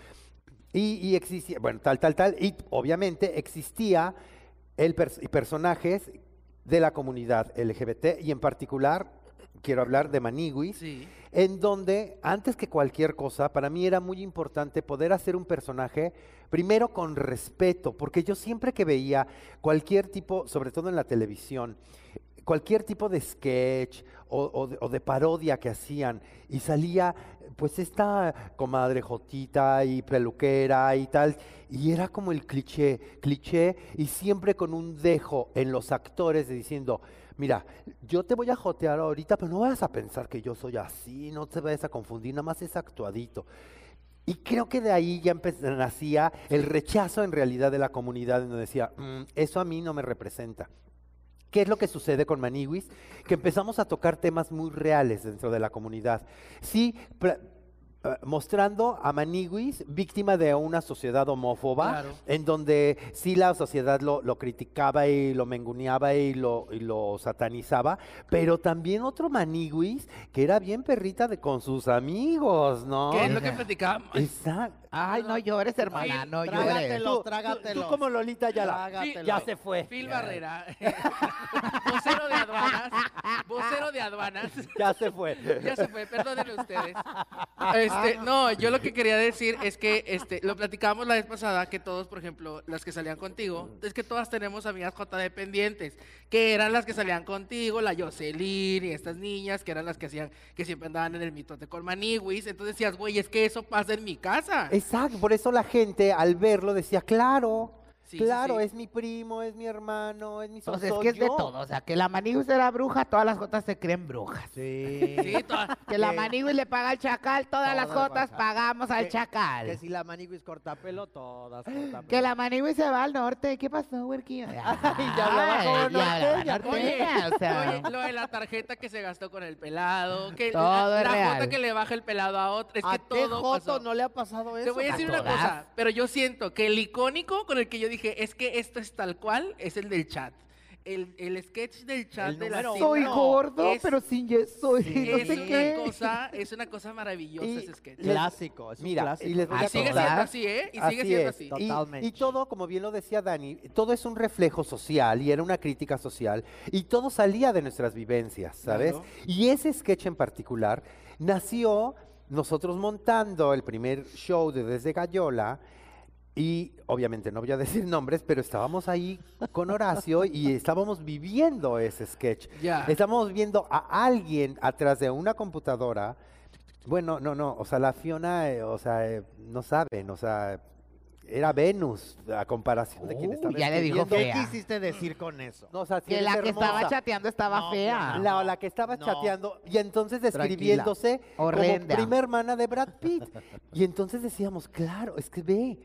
S2: Y, y existía, bueno, tal, tal, tal, y obviamente existía el pers- y personajes de la comunidad LGBT y en particular quiero hablar de Maniguis,
S1: Sí.
S2: en donde antes que cualquier cosa, para mí era muy importante poder hacer un personaje primero con respeto, porque yo siempre que veía cualquier tipo, sobre todo en la televisión, cualquier tipo de sketch o, o de, o de parodia que hacían y salía pues esta comadre jotita y peluquera y tal y era como el cliché, cliché y siempre con un dejo en los actores de diciendo, mira, yo te voy a jotear ahorita, pero no vayas a pensar que yo soy así, no te vayas a confundir, nada más es actuadito. Y creo que de ahí ya empe- nacía el rechazo en realidad de la comunidad, en donde decía, "Mm, eso a mí no me representa. ¿Qué es lo que sucede con Maniwis? Que empezamos a tocar temas muy reales dentro de la comunidad. Sí, pla- eh, mostrando a Maniwis víctima de una sociedad homófoba,
S1: Claro.
S2: en donde sí la sociedad lo, lo criticaba y lo menguneaba y lo, y lo satanizaba, pero también otro Maniwis que era bien perrita de, con sus amigos, ¿no?
S1: ¿Qué es lo que platicábamos?
S2: Exacto.
S3: Ay, no llores, hermana, no llores.
S4: Trágatelos,
S2: Tú- Tú,
S4: trágatelos.
S2: tú como Lolita ya la...
S4: Trágatelos.
S2: Ya se fue.
S1: Phil Barrera, <laughs> vocero de aduanas, vocero de aduanas.
S2: Ya
S4: <laughs>
S2: se fue.
S1: Ya se fue, perdónenme ustedes. Este, no, yo lo que quería decir es que este, lo platicábamos la vez pasada que todos, por ejemplo, las que salían contigo, es que todas tenemos amigas J dependientes, que eran las que salían contigo, la Jocelyn y estas niñas, que eran las que hacían, que siempre andaban en el mitote con maniwis. Entonces decías, güey, es que eso pasa en mi casa.
S2: Exacto, por eso la gente al verlo decía, claro,
S1: Sí, sí,
S2: claro,
S1: sí.
S2: es mi primo, es mi hermano, es mi sobrino.
S3: Entonces, es que es de todo. O sea, que la manigüis era bruja, todas las jotas se creen brujas.
S4: Sí.
S1: Sí, todas-
S3: Que la manigüis le paga al chacal, todas las
S4: Todas
S3: jotas
S4: bajas.
S3: pagamos al
S4: Que-
S3: chacal.
S4: Que si la maniguis corta pelo, todas corta
S3: Que la manigüe se va al norte. ¿Qué pasó, huerquillo? Ay,
S2: ya hablaba como
S3: ya hablaba norteña, o sea.
S1: Oye, lo de la tarjeta que se gastó con el pelado, que
S3: Todo
S1: la,
S3: es
S1: la
S3: real.
S1: jota que le baja el pelado a otra, es
S4: ¿A
S1: que
S4: qué
S1: todo
S4: joto
S1: pasó.
S4: no le ha pasado eso?
S1: Te voy a
S3: a
S1: decir una
S3: todas.
S1: cosa, pero yo siento que el icónico con el que yo dije es que esto es tal cual es el del chat. El, el sketch del chat
S4: El
S1: de la
S4: número
S1: cena
S3: Soy
S4: uno.
S3: gordo,
S1: Es-
S3: pero sin yeso y
S4: Sí.
S3: no
S1: es
S3: sé
S1: una
S3: qué.
S1: cosa, es una cosa maravillosa
S2: Y-
S1: ese sketch.
S2: Les-
S4: Clásico, es un
S2: Mira,
S4: clásico.
S2: y les voy
S1: Y
S2: a
S1: sigue
S2: contar-
S1: siendo así, ¿eh? Y sigue
S2: Así
S1: siendo
S2: es,
S1: así.
S2: y-
S4: Totalmente.
S2: Y, todo, como bien lo decía Dani, todo es un reflejo social y era una crítica social y todo salía de nuestras vivencias, ¿sabes?
S4: Claro.
S2: Y ese sketch en particular nació nosotros montando el primer show de Desde Gallola y obviamente no voy a <laughs> decir nombres, pero estábamos ahí con Horacio y estábamos viviendo ese sketch.
S1: Ya.
S2: Estábamos viendo a alguien atrás de una computadora. Bueno, no, no, o sea, la Fiona, eh, o sea, eh, no saben, o sea, era Venus a comparación de quien
S3: Uh,
S2: estaba
S3: ya le dijo
S2: escribiendo.
S4: ¿Qué
S3: fea.
S4: quisiste decir con eso?
S2: No, o sea, sí
S3: Que
S2: eres
S3: la que estaba
S2: hermosa.
S3: chateando estaba
S4: No,
S3: fea.
S4: claro.
S2: La, la que estaba
S4: No.
S2: chateando y entonces describiéndose
S3: Horrenda.
S2: como prima hermana de Brad Pitt. y entonces decíamos, claro, es que ve,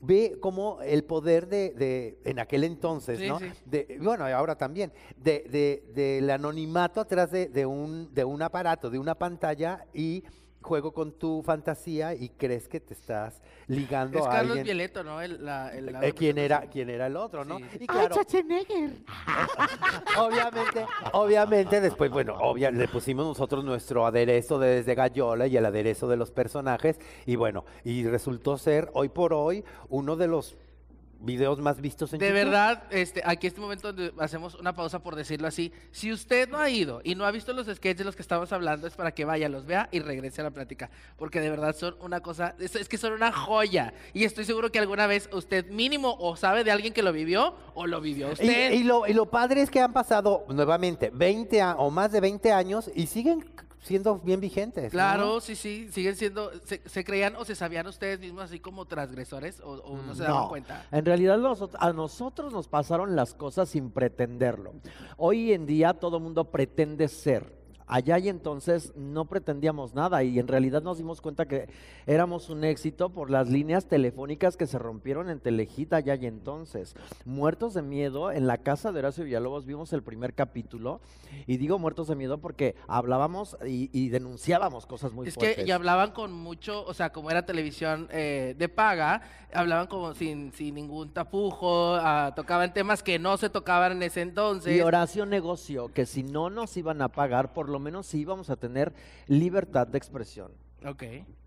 S2: ve como el poder de, de- en aquel entonces,
S1: Sí,
S2: ¿no?
S1: sí.
S2: De, bueno, y ahora también, de, de- del anonimato atrás de, de un, de un aparato, de una pantalla y juego con tu fantasía y crees que te estás ligando
S1: Es
S2: a
S1: Carlos
S2: alguien.
S1: Violeto, ¿no? El, la, el- la
S2: eh, ¿Quién era,
S1: representación.
S2: quién era el otro, no?
S1: Sí.
S2: Y
S3: ¡Ay,
S2: claro,
S3: Schwarzenegger!
S2: <laughs> Obviamente, obviamente, después, bueno, obvia, le pusimos nosotros nuestro aderezo de- desde Gallola y el aderezo de los personajes. Y bueno, y resultó ser hoy por hoy uno de los videos más vistos en
S1: De
S2: YouTube.
S1: verdad, este, aquí este momento donde hacemos una pausa por decirlo así. Si usted no ha ido y no ha visto los sketches de los que estamos hablando, es para que vaya, los vea y regrese a la plática. Porque de verdad son una cosa, es, es que son una joya. Y estoy seguro que alguna vez usted mínimo o sabe de alguien que lo vivió o lo vivió
S2: Y,
S1: usted.
S2: y lo, y lo padre es que han pasado nuevamente 20 a- o más de 20 años y siguen c- siendo bien vigentes. ¿no?
S1: Claro, sí, sí, siguen siendo, se, se creían o se sabían ustedes mismos así como transgresores o, o no se daban cuenta.
S4: En realidad nosot- a nosotros nos pasaron las cosas sin pretenderlo. Hoy en día todo mundo pretende ser. Allá y entonces no pretendíamos nada y en realidad nos dimos cuenta que éramos un éxito por las líneas telefónicas que se rompieron en Telejita allá y entonces. Muertos de miedo, en la casa de Horacio Villalobos vimos el primer capítulo y digo muertos de miedo porque hablábamos y, y denunciábamos cosas muy
S1: es
S4: fuertes.
S1: que y hablaban con mucho, o sea, como era televisión eh, de paga, hablaban como sin, sin ningún tapujo, ah, tocaban temas que no se tocaban en ese entonces.
S4: Y Horacio negoció que si no nos iban a pagar, por lo menos sí íbamos a tener libertad de expresión.
S1: Ok.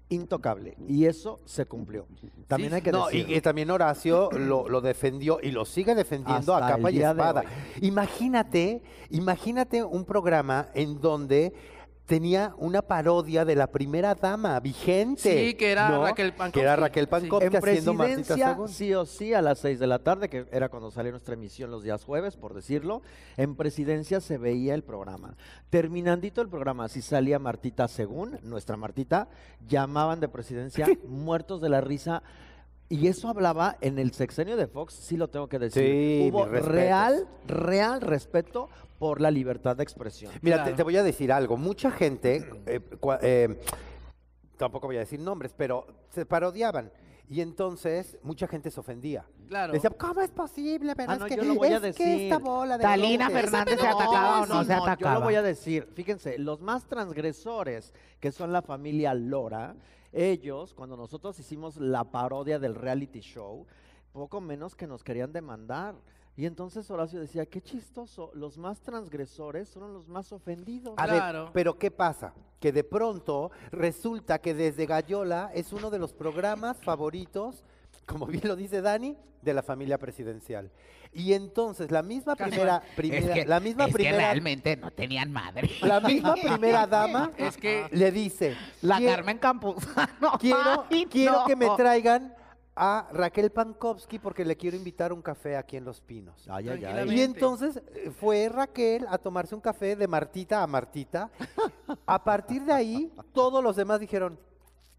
S4: Intocable. Y eso se cumplió. También hay que
S2: No, y,
S4: decirlo.
S2: que también Horacio lo, lo defendió y lo sigue defendiendo
S4: Hasta
S2: a capa
S4: el
S2: y
S4: día de
S2: espada.
S4: hoy.
S2: Imagínate, imagínate un programa en donde tenía una parodia de la primera dama vigente.
S1: Sí, que era
S2: ¿no?
S1: Raquel Pancopsky.
S2: Que era Raquel Pancopsky
S4: En
S2: haciendo Martita
S4: presidencia,
S2: Sagún.
S4: sí o sí, a las 6 de la tarde, que era cuando salía nuestra emisión los días jueves, por decirlo, en presidencia se veía el programa. Terminandito el programa, si salía Martita Según, nuestra Martita, llamaban de
S2: <laughs>
S4: presidencia muertos de la risa. Y eso hablaba en el sexenio de Fox, sí lo tengo que decir.
S2: Sí,
S4: Hubo
S2: mis respetos.
S4: real, real respeto por la libertad de expresión.
S2: Mira, te,
S1: Claro.
S2: te voy a decir algo. Mucha gente, eh, cua- eh, tampoco voy a decir nombres, pero se parodiaban. Y entonces mucha gente se ofendía.
S1: Claro.
S2: Decía, ¿cómo es posible? Pero
S4: Ah,
S2: es
S4: no,
S2: que,
S4: yo lo voy a
S2: es que
S4: decir.
S2: esta bola de
S3: Talina
S2: brujas-
S3: Fernández se
S4: No,
S3: atacaba o no se
S4: Simón, Yo
S3: atacaba.
S4: lo voy a decir. Fíjense, los más transgresores, que son la familia Lora, ellos, cuando nosotros hicimos la parodia del reality show, poco menos que nos querían demandar. Y entonces Horacio decía, qué chistoso, los más transgresores son los más ofendidos.
S2: A
S1: Claro.
S2: ver, pero ¿qué pasa? Que de pronto resulta que desde Gallola es uno de los programas favoritos, como bien lo dice Dani, de la familia presidencial. Y entonces la misma primera, primera,
S3: es que,
S2: la misma
S3: es que
S2: primera,
S3: realmente no tenían madre.
S2: <laughs> la misma
S3: <laughs>
S2: primera dama
S1: Es que-
S2: le dice,
S3: La
S2: "Quie-
S3: Carmen Campuzano.
S2: <laughs> quiero,
S3: <laughs> ay,
S2: quiero
S3: no.
S2: que me traigan a Raquel Pankowski porque le quiero invitar un café aquí en Los Pinos.
S4: Ay, ay, ay.
S1: Tranquilamente.
S2: Y entonces eh, fue Raquel a tomarse un café de Martita a Martita. A partir de ahí, todos los demás dijeron,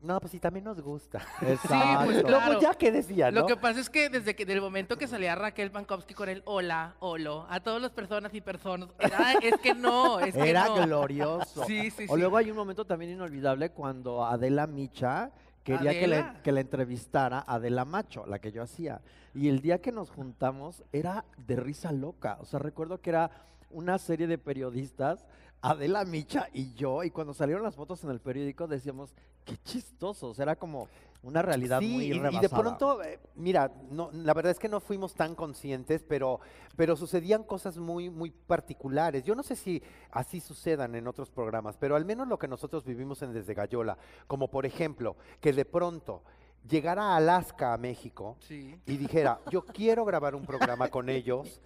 S2: no, pues sí, también nos gusta.
S4: Exacto.
S1: pues, claro.
S2: Luego Ah, ya que decía, ¿no?
S1: Lo que pasa es que desde que del momento que salía Raquel Pankowski con el hola, holo, a todas las personas y personas, era, es que no, es que
S4: Era
S1: no.
S4: glorioso.
S1: Sí, sí,
S4: o
S1: sí.
S4: luego hay un momento también inolvidable cuando Adela Micha quería que la,
S1: ¿Adela?
S4: que la entrevistara Adela Macho, la que yo hacía. Y el día que nos juntamos era de risa loca. O sea, recuerdo que era una serie de periodistas, Adela Micha y yo, y cuando salieron las fotos en el periódico decíamos, qué chistoso. O sea, era como una realidad
S2: Sí,
S4: muy
S2: y- y,
S4: rebasada.
S2: de pronto, eh, mira, no, la verdad es que no fuimos tan conscientes, pero, pero sucedían cosas muy, muy particulares. Yo no sé si así sucedan en otros programas, pero al menos lo que nosotros vivimos en Desde Gallola, como por ejemplo, que de pronto llegara Alaska a México
S1: Sí.
S2: y dijera, yo quiero grabar un programa con ellos.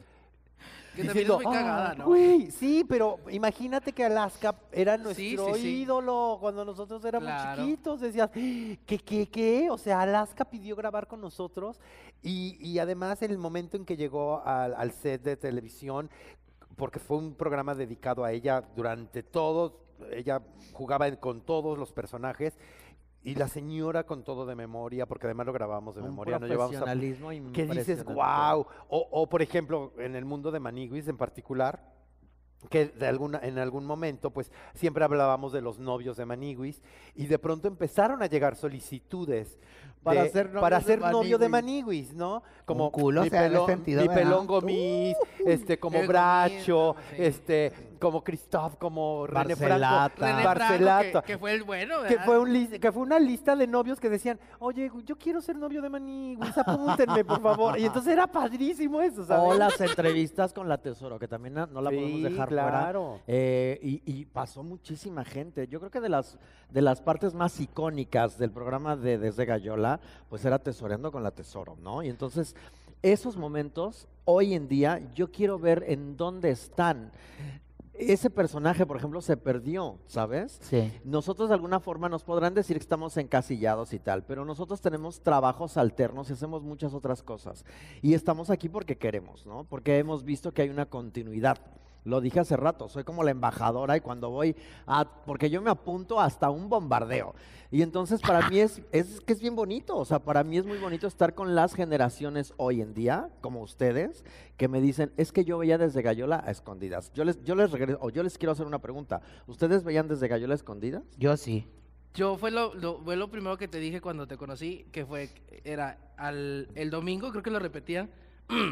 S1: Que también es muy cagada,
S2: "Ah,
S1: ¿no?
S2: güey, sí, pero imagínate que Alaska era nuestro
S1: sí, sí.
S2: ídolo cuando nosotros éramos
S1: Claro.
S2: chiquitos. Decías, ¿qué, qué, qué? O sea, Alaska pidió grabar con nosotros y, y además el momento en que llegó al, al set de televisión, porque fue un programa dedicado a ella durante todo, ella jugaba en- con todos los personajes. Y la señora con todo de memoria, porque además lo grabamos de
S4: Un
S2: memoria, no llevamos a
S4: profesionalismo
S2: que dices,
S4: impresionante.
S2: wow. O, o, por ejemplo, en el mundo de Maniguis en particular, que de alguna, en algún momento, pues siempre hablábamos de los novios de Maniguis y de pronto empezaron a llegar solicitudes
S4: Para
S2: de-
S4: ser novios
S2: para
S4: de
S2: ser novio de
S4: Maniguis.
S2: Maniguis, ¿no? Como
S3: Un culo
S2: mi,
S3: se ha de
S2: pelón,
S3: sentido,
S2: mi
S3: ¿verdad?
S2: pelón Gomis, este, como
S1: el Gomis,
S2: Bracho,
S1: sí.
S2: este, como Christoph, como René
S4: Barcelata.
S2: Franco,
S1: René Franco,
S2: Barcelata.
S1: que, que fue el <laughs> bueno,
S2: Que
S1: ¿verdad?
S2: fue, un lis- que fue una lista de novios que decían, oye, gu- yo quiero ser novio de Maniguis, apúntenme, por favor. Y entonces era padrísimo eso, ¿sabes?
S4: O las entrevistas con la Tesoro, que también na- no la podemos
S2: Sí,
S4: dejar fuera.
S2: claro.
S4: Eh, y, y pasó muchísima gente. Yo creo que de las, de las partes más icónicas del programa de Desde Gallola, pues era tesoreando con la tesoro, ¿no? Y entonces, esos momentos, hoy en día, yo quiero ver en dónde están. Ese personaje, por ejemplo, se perdió, ¿sabes?
S3: Sí.
S4: Nosotros de alguna forma nos podrán decir que estamos encasillados y tal, pero nosotros tenemos trabajos alternos y hacemos muchas otras cosas. Y estamos aquí porque queremos, ¿no? Porque hemos visto que hay una continuidad. Lo dije hace rato, soy como la embajadora y cuando voy a... porque yo me apunto hasta un bombardeo. Y entonces para mí es, es que es bien bonito, o sea, para mí es muy bonito estar con las generaciones hoy en día, como ustedes, que me dicen, es que yo veía desde Gallola a escondidas. Yo les, yo les regreso, o yo les quiero hacer una pregunta. ¿Ustedes veían desde Gallola a escondidas?
S3: Yo sí.
S1: Yo fue lo, lo- fue lo primero que te dije cuando te conocí, que fue, era al, el domingo, creo que lo repetían,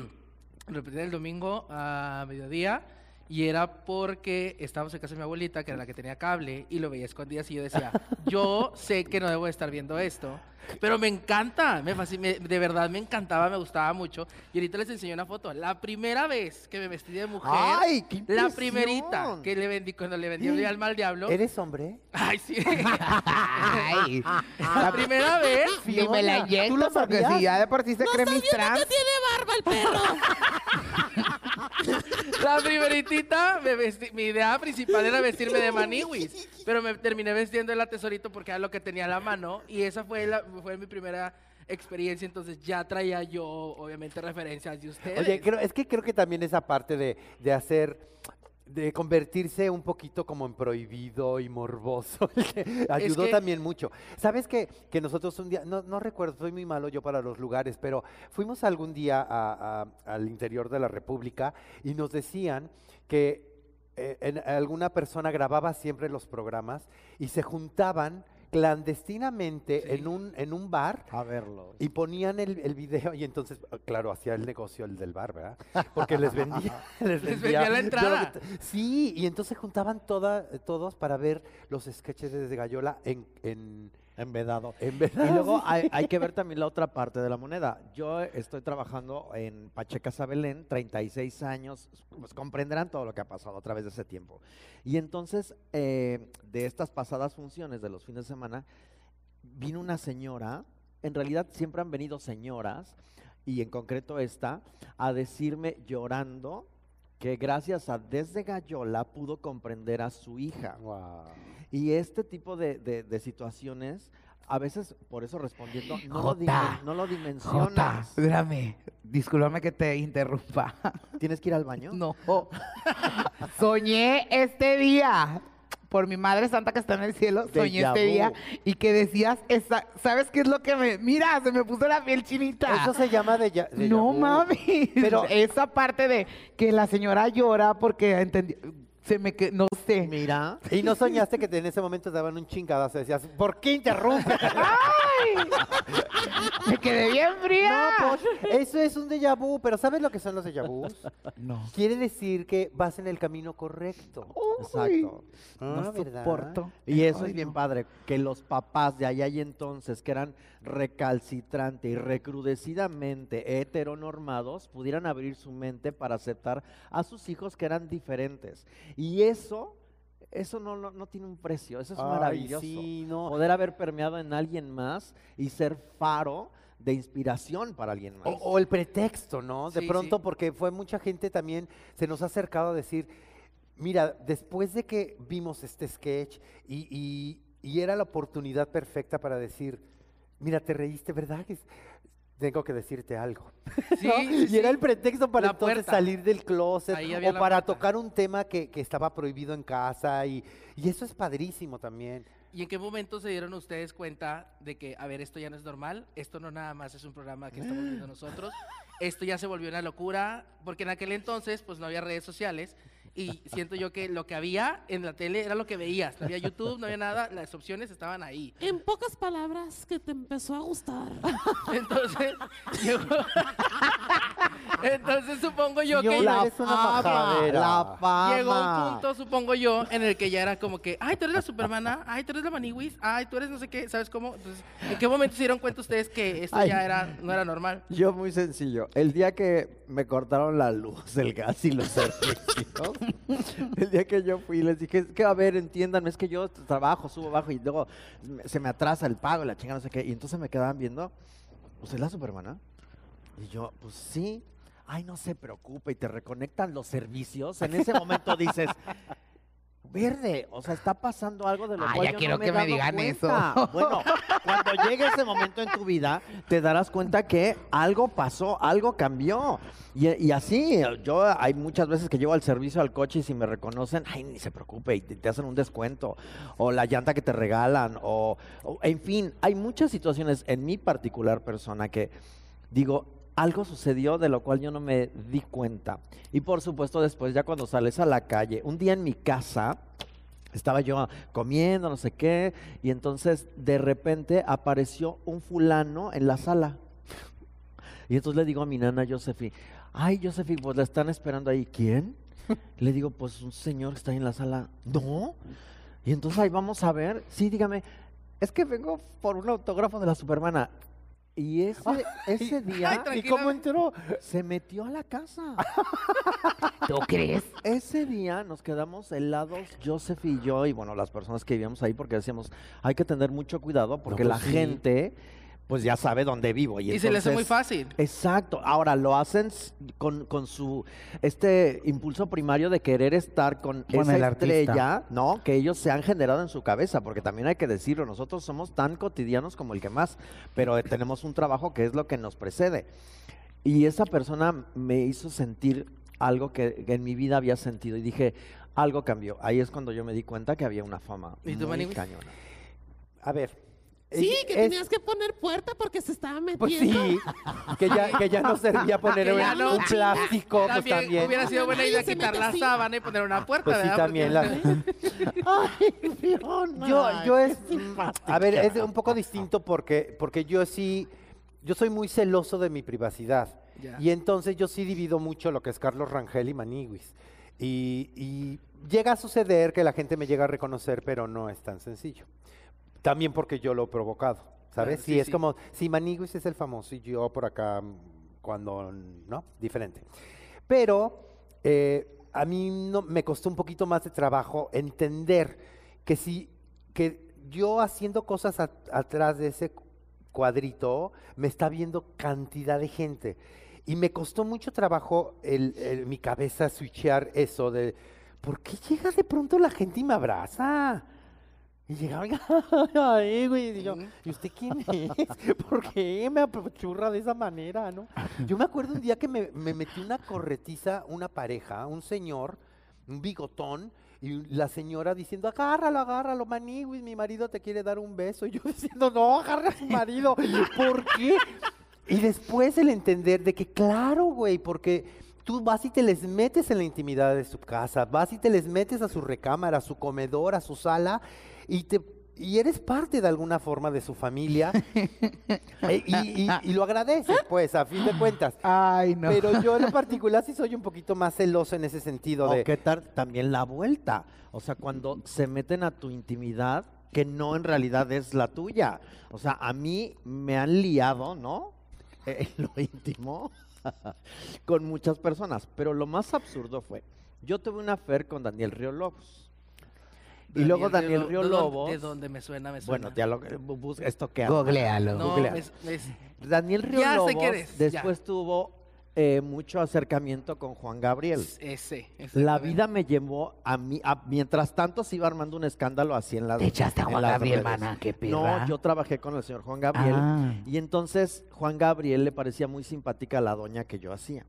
S1: <clears throat> repetían el domingo a mediodía, y era porque estábamos en casa de mi abuelita, que era la que tenía cable, y lo veía escondidas, y yo
S4: <laughs>
S1: decía, yo sé que no debo de estar viendo esto, pero me encanta, me fascina, de verdad me encantaba, me gustaba mucho, y ahorita les enseñé una foto, la primera vez que me vestí de mujer,
S4: ¡Ay, qué ¿Eh?
S1: la
S4: impresión!
S1: primerita que le vendí, cuando le vendí mi alma al diablo,
S2: ¿Eres hombre?
S1: ay sí.
S4: <laughs>
S3: Ay.
S1: La primera vez.
S3: Y me la
S2: <laughs> Fiona, ¿tú lo
S3: inyecto porque
S2: sabías?
S3: si ya de por sí se cree mis
S5: ¿Estás viendo
S3: trans.
S5: que tiene barba el perro?
S1: La primeritita, me vestí- mi idea principal era vestirme de maniwis, pero me terminé vestiendo el atesorito porque era lo que tenía a la mano y esa fue, la, fue mi primera experiencia, entonces ya traía yo, obviamente, referencias de ustedes.
S2: Oye, creo- es que creo que también esa parte de, de hacer, de convertirse un poquito como en prohibido y morboso, <laughs> ayudó
S1: que-
S2: también mucho. ¿Sabes qué? Que nosotros un día, no, no recuerdo, soy muy malo yo para los lugares, pero fuimos algún día a- a- al interior de la República y nos decían que eh, en- alguna persona grababa siempre los programas y se juntaban clandestinamente en, un, en un bar
S4: A verlo.
S2: y ponían el, el video y entonces, ah, claro, hacía el negocio el del bar, ¿verdad? Porque les vendía, <laughs> les vendía,
S1: vendía la entrada.
S2: droga. Sí, y entonces juntaban toda, todos para ver los sketches de Gallola en, en,
S4: Envedado.
S2: en
S4: Y
S2: verdad.
S4: luego hay, hay que ver también la otra parte de la moneda. Yo estoy trabajando en Pacheca Sabelén, 36 años, pues comprenderán todo lo que ha pasado a través de ese tiempo. Y entonces, eh, de estas pasadas funciones de los fines de semana, vino una señora, en realidad siempre han venido señoras, y en concreto esta, a decirme llorando que gracias a Desde Gallola pudo comprender a su hija.
S2: Guau.
S4: Y este tipo de, de- de situaciones, a veces, por eso respondiendo, no, lo,
S3: Jota,
S4: dimen- no lo
S3: Jota,
S4: dimensionas.
S3: espérame. Discúlpame que te interrumpa.
S4: ¿Tienes que ir al baño?
S3: No. <laughs> Soñé este día. Por mi madre santa que está en el cielo,
S4: Déjà
S3: soñé este día
S4: vu.
S3: y que decías, esa- ¿sabes qué es lo que me.? Mira, se me puso la piel chinita.
S2: Eso se llama de ya- de
S3: no
S2: yabú.
S3: mami. Pero
S2: Pero-
S3: <laughs> esa parte de que la señora llora porque entendió. Se me que no sé.
S4: Mira.
S2: Y no soñaste que te- en ese momento te daban un chingadazo, decías, ¿por qué
S3: <laughs>
S2: interrumpes?
S3: Me quedé bien fría.
S2: Eso es un déjà vu, pero ¿sabes lo que son los déjà vus?
S3: No.
S2: Quiere decir que vas en el camino correcto.
S4: Exacto.
S2: Ah,
S3: no
S2: ¿verdad?
S3: soporto.
S4: Y eso
S3: Ay,
S4: es bien
S3: no.
S4: padre, que los papás de allá y entonces, que eran recalcitrante y recrudecidamente heteronormados, pudieran abrir su mente para aceptar a sus hijos que eran diferentes. Y eso, eso no, no, no tiene un precio, eso es
S2: Ay,
S4: maravilloso.
S2: sí, no.
S4: Poder haber permeado en alguien más y ser faro de inspiración para alguien más.
S2: O, o el pretexto, ¿no? De
S1: Sí, sí.
S2: pronto, porque fue mucha gente también, se nos ha acercado a decir, mira, después de que vimos este sketch y, y- y era la oportunidad perfecta para decir, mira, te reíste, ¿verdad? Que es- Tengo que decirte algo.
S1: Sí,
S2: ¿no?
S1: sí,
S2: y era
S1: sí.
S2: el pretexto para
S1: La
S2: entonces
S1: puerta.
S2: salir del closet
S1: Ahí había
S2: o
S1: la
S2: para
S1: puerta.
S2: tocar un tema que, que estaba prohibido en casa. Y, y eso es padrísimo también.
S1: ¿Y en qué momento se dieron ustedes cuenta de que, a ver, esto ya no es normal, esto no nada más es un programa que estamos viendo nosotros, esto ya se volvió una locura, porque en aquel entonces pues no había redes sociales y siento yo que lo que había en la tele era lo que veías, no había YouTube, no había nada, las opciones estaban ahí.
S5: En pocas palabras, que te empezó a gustar.
S1: Entonces, <laughs> llegó- entonces supongo yo que...
S2: Señora, eres una majadera.
S4: la fama.
S1: Llegó un punto, supongo yo, en el que ya era como que, ay, tú eres la Supermana, ay, tú eres la Maniwis, ay, tú eres no sé qué, ¿sabes cómo? Entonces, ¿en qué momento se dieron cuenta ustedes que esto
S4: Ay.
S1: ya era, no era normal?
S4: Yo muy sencillo. El día que me cortaron la luz, el gas y los <laughs> servicios, el día que yo fui les dije, es que a ver, entiéndanme, es que yo trabajo, subo, bajo y luego me- se me atrasa el pago, y la chingada, no sé qué. Y entonces me quedaban viendo, ¿usted es la supermana? Y yo, pues sí. Ay, no se preocupe, y te reconectan los servicios. En ese momento dices, verde, o sea, está pasando algo de lo
S3: Ah,
S4: cual
S3: ya
S4: yo
S3: quiero
S4: no me
S3: que
S4: he
S3: me
S4: dado
S3: digan
S4: cuenta".
S3: eso.
S4: Bueno, cuando llegue ese momento en tu vida, te darás cuenta que algo pasó, algo cambió. Y, y así, yo hay muchas veces que llevo al servicio al coche y si me reconocen, ay, ni se preocupe, y te, te hacen un descuento, o la llanta que te regalan, o, o- en fin, hay muchas situaciones en mi particular persona que digo, algo sucedió de lo cual yo no me di cuenta. Y por supuesto después, ya cuando sales a la calle, un día en mi casa, estaba yo comiendo, no sé qué, y entonces de repente apareció un fulano en la sala. Y entonces le digo a mi nana Josefi, ay Josefi, pues la están esperando ahí. ¿Quién? Le digo, pues un señor que está ahí en la sala. No. Y entonces ahí vamos a ver. Sí, dígame, es que vengo por un autógrafo de la Supermana. Y ese, ese día
S1: Ay,
S2: ¿Y
S1: tranquila.
S2: cómo entró?
S4: se metió a la casa.
S3: ¿Tú crees?
S4: Ese día nos quedamos helados, Joseph y yo, y bueno, las personas que vivíamos ahí, porque decíamos, hay que tener mucho cuidado, porque
S2: pues
S4: la
S2: sí.
S4: gente pues ya sabe dónde vivo. Y,
S1: Y se le hace muy
S4: entonces-
S1: fácil.
S4: Exacto. Ahora lo hacen s- con, con su este impulso primario de querer estar con,
S6: Con
S4: esa
S6: el artista.
S4: estrella, ¿no? Que ellos se han generado en su cabeza, porque también hay que decirlo, nosotros somos tan cotidianos como el que más, pero eh, tenemos un trabajo que es lo que nos precede. Y esa persona me hizo sentir algo que que en mi vida había sentido y dije, algo cambió. Ahí es cuando yo me di cuenta que había una fama
S1: ¿Y tú,
S4: muy
S1: Maniwis?
S4: cañona.
S2: A ver.
S5: Sí,
S2: es-
S5: que
S2: es-
S5: tenías que poner puerta porque se estaba metiendo.
S2: Pues sí, que ya, que ya no servía poner
S1: Que
S2: un,
S1: ya no,
S2: un
S4: <laughs>
S2: plástico, pues
S1: también,
S2: también.
S1: hubiera sido buena idea
S5: Nadie se
S1: quitar
S5: mete
S1: la
S5: así.
S1: sábana y poner una puerta,
S2: Pues sí,
S1: ¿verdad?
S2: también.
S1: Porque-
S2: la- Yo, yo es, a ver, es un poco distinto porque, porque yo sí, yo soy muy celoso de mi privacidad.
S1: Ya.
S2: Y entonces yo sí divido mucho lo que es Carlos Rangel y Maniguis. Y, y llega a suceder que la gente me llega a reconocer, pero no es tan sencillo. También porque yo lo he provocado,
S1: Claro,
S2: ¿sabes? sí,
S1: sí,
S2: es
S1: sí.
S2: como, si Maniguis es el famoso y yo por acá, mm, cuando, ¿no? Diferente. Pero eh, a mí no- me costó un poquito más de trabajo entender que si que yo haciendo cosas at- atrás de ese cuadrito me está viendo cantidad de gente y me costó mucho trabajo el, el- mi cabeza switchear eso de ¿por qué llega de pronto la gente y me abraza? Y llegaba y <laughs> ay, güey, y yo, ¿y usted quién es? <laughs> ¿Por qué me apachurra de esa manera, no? Yo me acuerdo un día que me, me metí una corretiza, una pareja, un señor, un bigotón, y la señora diciendo, agárralo, agárralo, maniguis, mi marido te quiere dar un beso. Y yo <laughs> diciendo, no, agarra a su marido. ¿Por qué? Y después el entender de que, claro, güey, porque tú vas y te les metes en la intimidad de su casa, vas y te les metes a su recámara, a su comedor, a su sala, y te y eres parte de alguna forma de su familia eh, y, y- y lo agradeces, pues, a fin de cuentas.
S6: Ay, no.
S2: Pero yo en lo particular sí soy un poquito más celoso en ese sentido de...
S4: O Oh, qué tal también la vuelta. O sea, cuando se meten a tu intimidad, que no en realidad es la tuya. O sea, a mí me han liado, ¿no? <laughs> En lo íntimo, <laughs> con muchas personas. Pero lo más absurdo fue, yo tuve una affair con Daniel Río Lobos. Y luego Daniel Río
S1: ¿de dónde-
S4: Lobos...
S1: ¿De dónde me suena? Me suena.
S4: Bueno, ya lo bus- esto que
S6: Googlealo.
S1: No,
S4: googlea.
S1: es- es-
S4: Daniel Río
S1: Ya sé
S4: Lobos
S1: quién es, ya.
S4: después tuvo eh, mucho acercamiento con Juan Gabriel.
S1: es ese.
S4: La
S1: exactamente.
S4: vida me llevó a mí, a- mientras tanto se iba armando un escándalo así en la.
S3: Te echaste a Juan Gabriel, mana, qué perra.
S4: No, yo trabajé con el señor Juan Gabriel.
S6: Ah.
S4: Y entonces Juan Gabriel le parecía muy simpática la doña que yo hacía.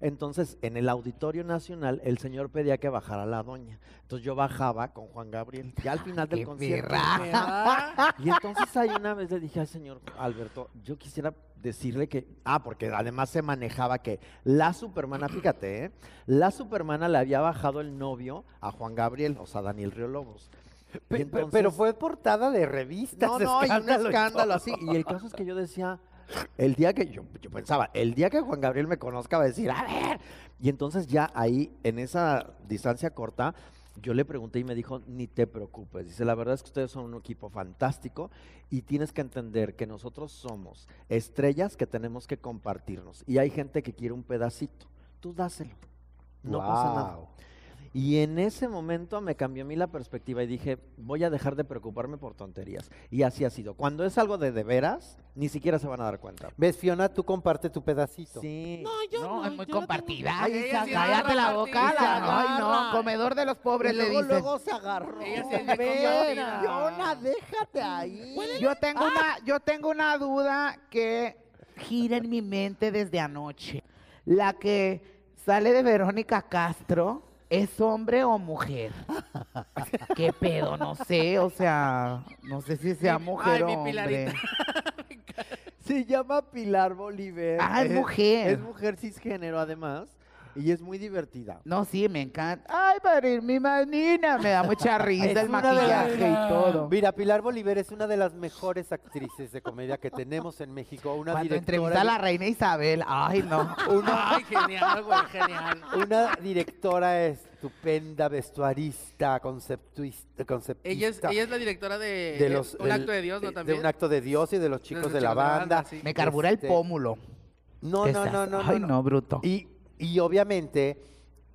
S4: Entonces, en el Auditorio Nacional, el señor pedía que bajara la doña. Entonces yo bajaba con Juan Gabriel, ya al final del
S6: Ah, Qué
S4: concierto.
S6: perra.
S1: Me da-
S4: Y entonces ahí una vez le dije al señor Alberto, yo quisiera decirle que, ah, porque además se manejaba que la supermana, fíjate, ¿eh? la supermana le había bajado el novio a Juan Gabriel, o sea, Daniel Río Lobos. Y
S2: Pe- pe-
S4: entonces-
S2: Pero fue portada de revistas.
S4: no, no, y un
S2: escándalo y
S4: escándalo
S2: todo.
S4: así. Y el caso es que yo decía, el día que yo, yo pensaba, el día que Juan Gabriel me conozca va a decir, a ver. Y entonces ya ahí, en esa distancia corta, yo le pregunté y me dijo, ni te preocupes. Dice, la verdad es que ustedes son un equipo fantástico y tienes que entender que nosotros somos estrellas que tenemos que compartirnos. Y hay gente que quiere un pedacito. Tú dáselo. No pasa nada.
S2: Guau.
S4: Y en ese momento me cambió a mí la perspectiva y dije, voy a dejar de preocuparme por tonterías. Y así ha sido. Cuando es algo de de veras, ni siquiera se van a dar cuenta.
S2: ¿Ves, Fiona? Tú comparte tu pedacito.
S4: Sí.
S5: No, yo no.
S3: No, es muy
S5: yo lo tengo.
S3: compartida.
S1: Ay,
S3: Isa,
S1: ella sí
S3: cállate
S1: agarra
S3: la
S1: partida.
S3: boca.
S1: Ella
S3: Isa, Ay, no,
S4: agarra.
S3: comedores de los pobres
S4: Y
S3: le
S4: luego,
S3: dicen.
S4: luego se agarró.
S1: Ella sí es de
S4: Ven,
S1: compartida.
S4: Fiona, déjate ahí.
S3: Yo tengo una, yo tengo una duda que gira en mi mente desde anoche. La que sale de Verónica Castro, ¿es hombre o mujer?
S1: <laughs>
S3: ¿Qué pedo? No sé, o sea, no sé si sea
S1: Mi-
S3: mujer
S1: ay, mi
S3: o hombre.
S1: Pilarita.
S4: Se llama Pilar Bolívar.
S3: Ah, es mujer.
S4: Es mujer cisgénero, además. Y es muy divertida.
S3: No, sí, me encanta. Ay, para mi manina, me da mucha
S2: Es
S3: risa el
S2: una de las-
S3: maquillaje y todo.
S2: Mira, Pilar Bolívar es una de las mejores actrices de comedia que tenemos en México. Una
S3: Cuando
S2: directora,
S3: entrevista a la reina Isabel, ay, no.
S1: Ay, genial, güey, genial.
S2: una directora estupenda, vestuarista, conceptuista. conceptista
S1: Ella es, ella es la directora de,
S2: de los-
S1: Un
S2: del-
S1: Acto de Dios, ¿no?
S2: eh,
S1: También.
S2: De un acto de Dios y de los chicos de la banda.
S1: sí.
S3: Me carbura el
S2: Este,
S3: pómulo.
S2: No, no,
S3: Esas-
S2: no, no, no,
S3: Ay,
S2: no.
S3: no, bruto.
S2: Y, y obviamente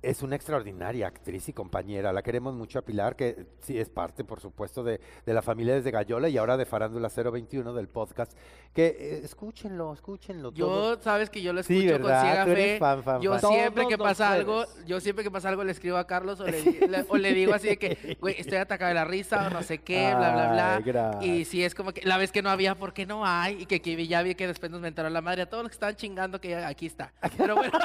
S2: Es una extraordinaria actriz y compañera. La queremos mucho a Pilar, que sí es parte, por supuesto, de, de la familia desde Gallola y ahora de Farándula 021 del podcast. Que eh, escúchenlo, escúchenlo. todo.
S1: Yo, sabes que yo lo
S2: Sí,
S1: escucho con
S2: ¿verdad?
S1: ciega
S2: Tú eres
S1: fe.
S2: fan, fan,
S1: yo
S2: fan.
S1: siempre
S4: Todos
S1: que
S4: los
S1: pasa algo,
S4: jueves.
S1: yo siempre que pasa algo le escribo a Carlos o le, di- le- o le digo así de
S2: <laughs>
S1: que, güey, estoy atacado de la risa o no sé qué, bla, bla, bla.
S2: Ay, gracias.
S1: Y sí, es como que la vez que no había, ¿por qué no hay? Y que aquí ya vi que después nos mentaron la madre a todos los que estaban chingando que aquí está. Pero
S2: <laughs>
S1: bueno.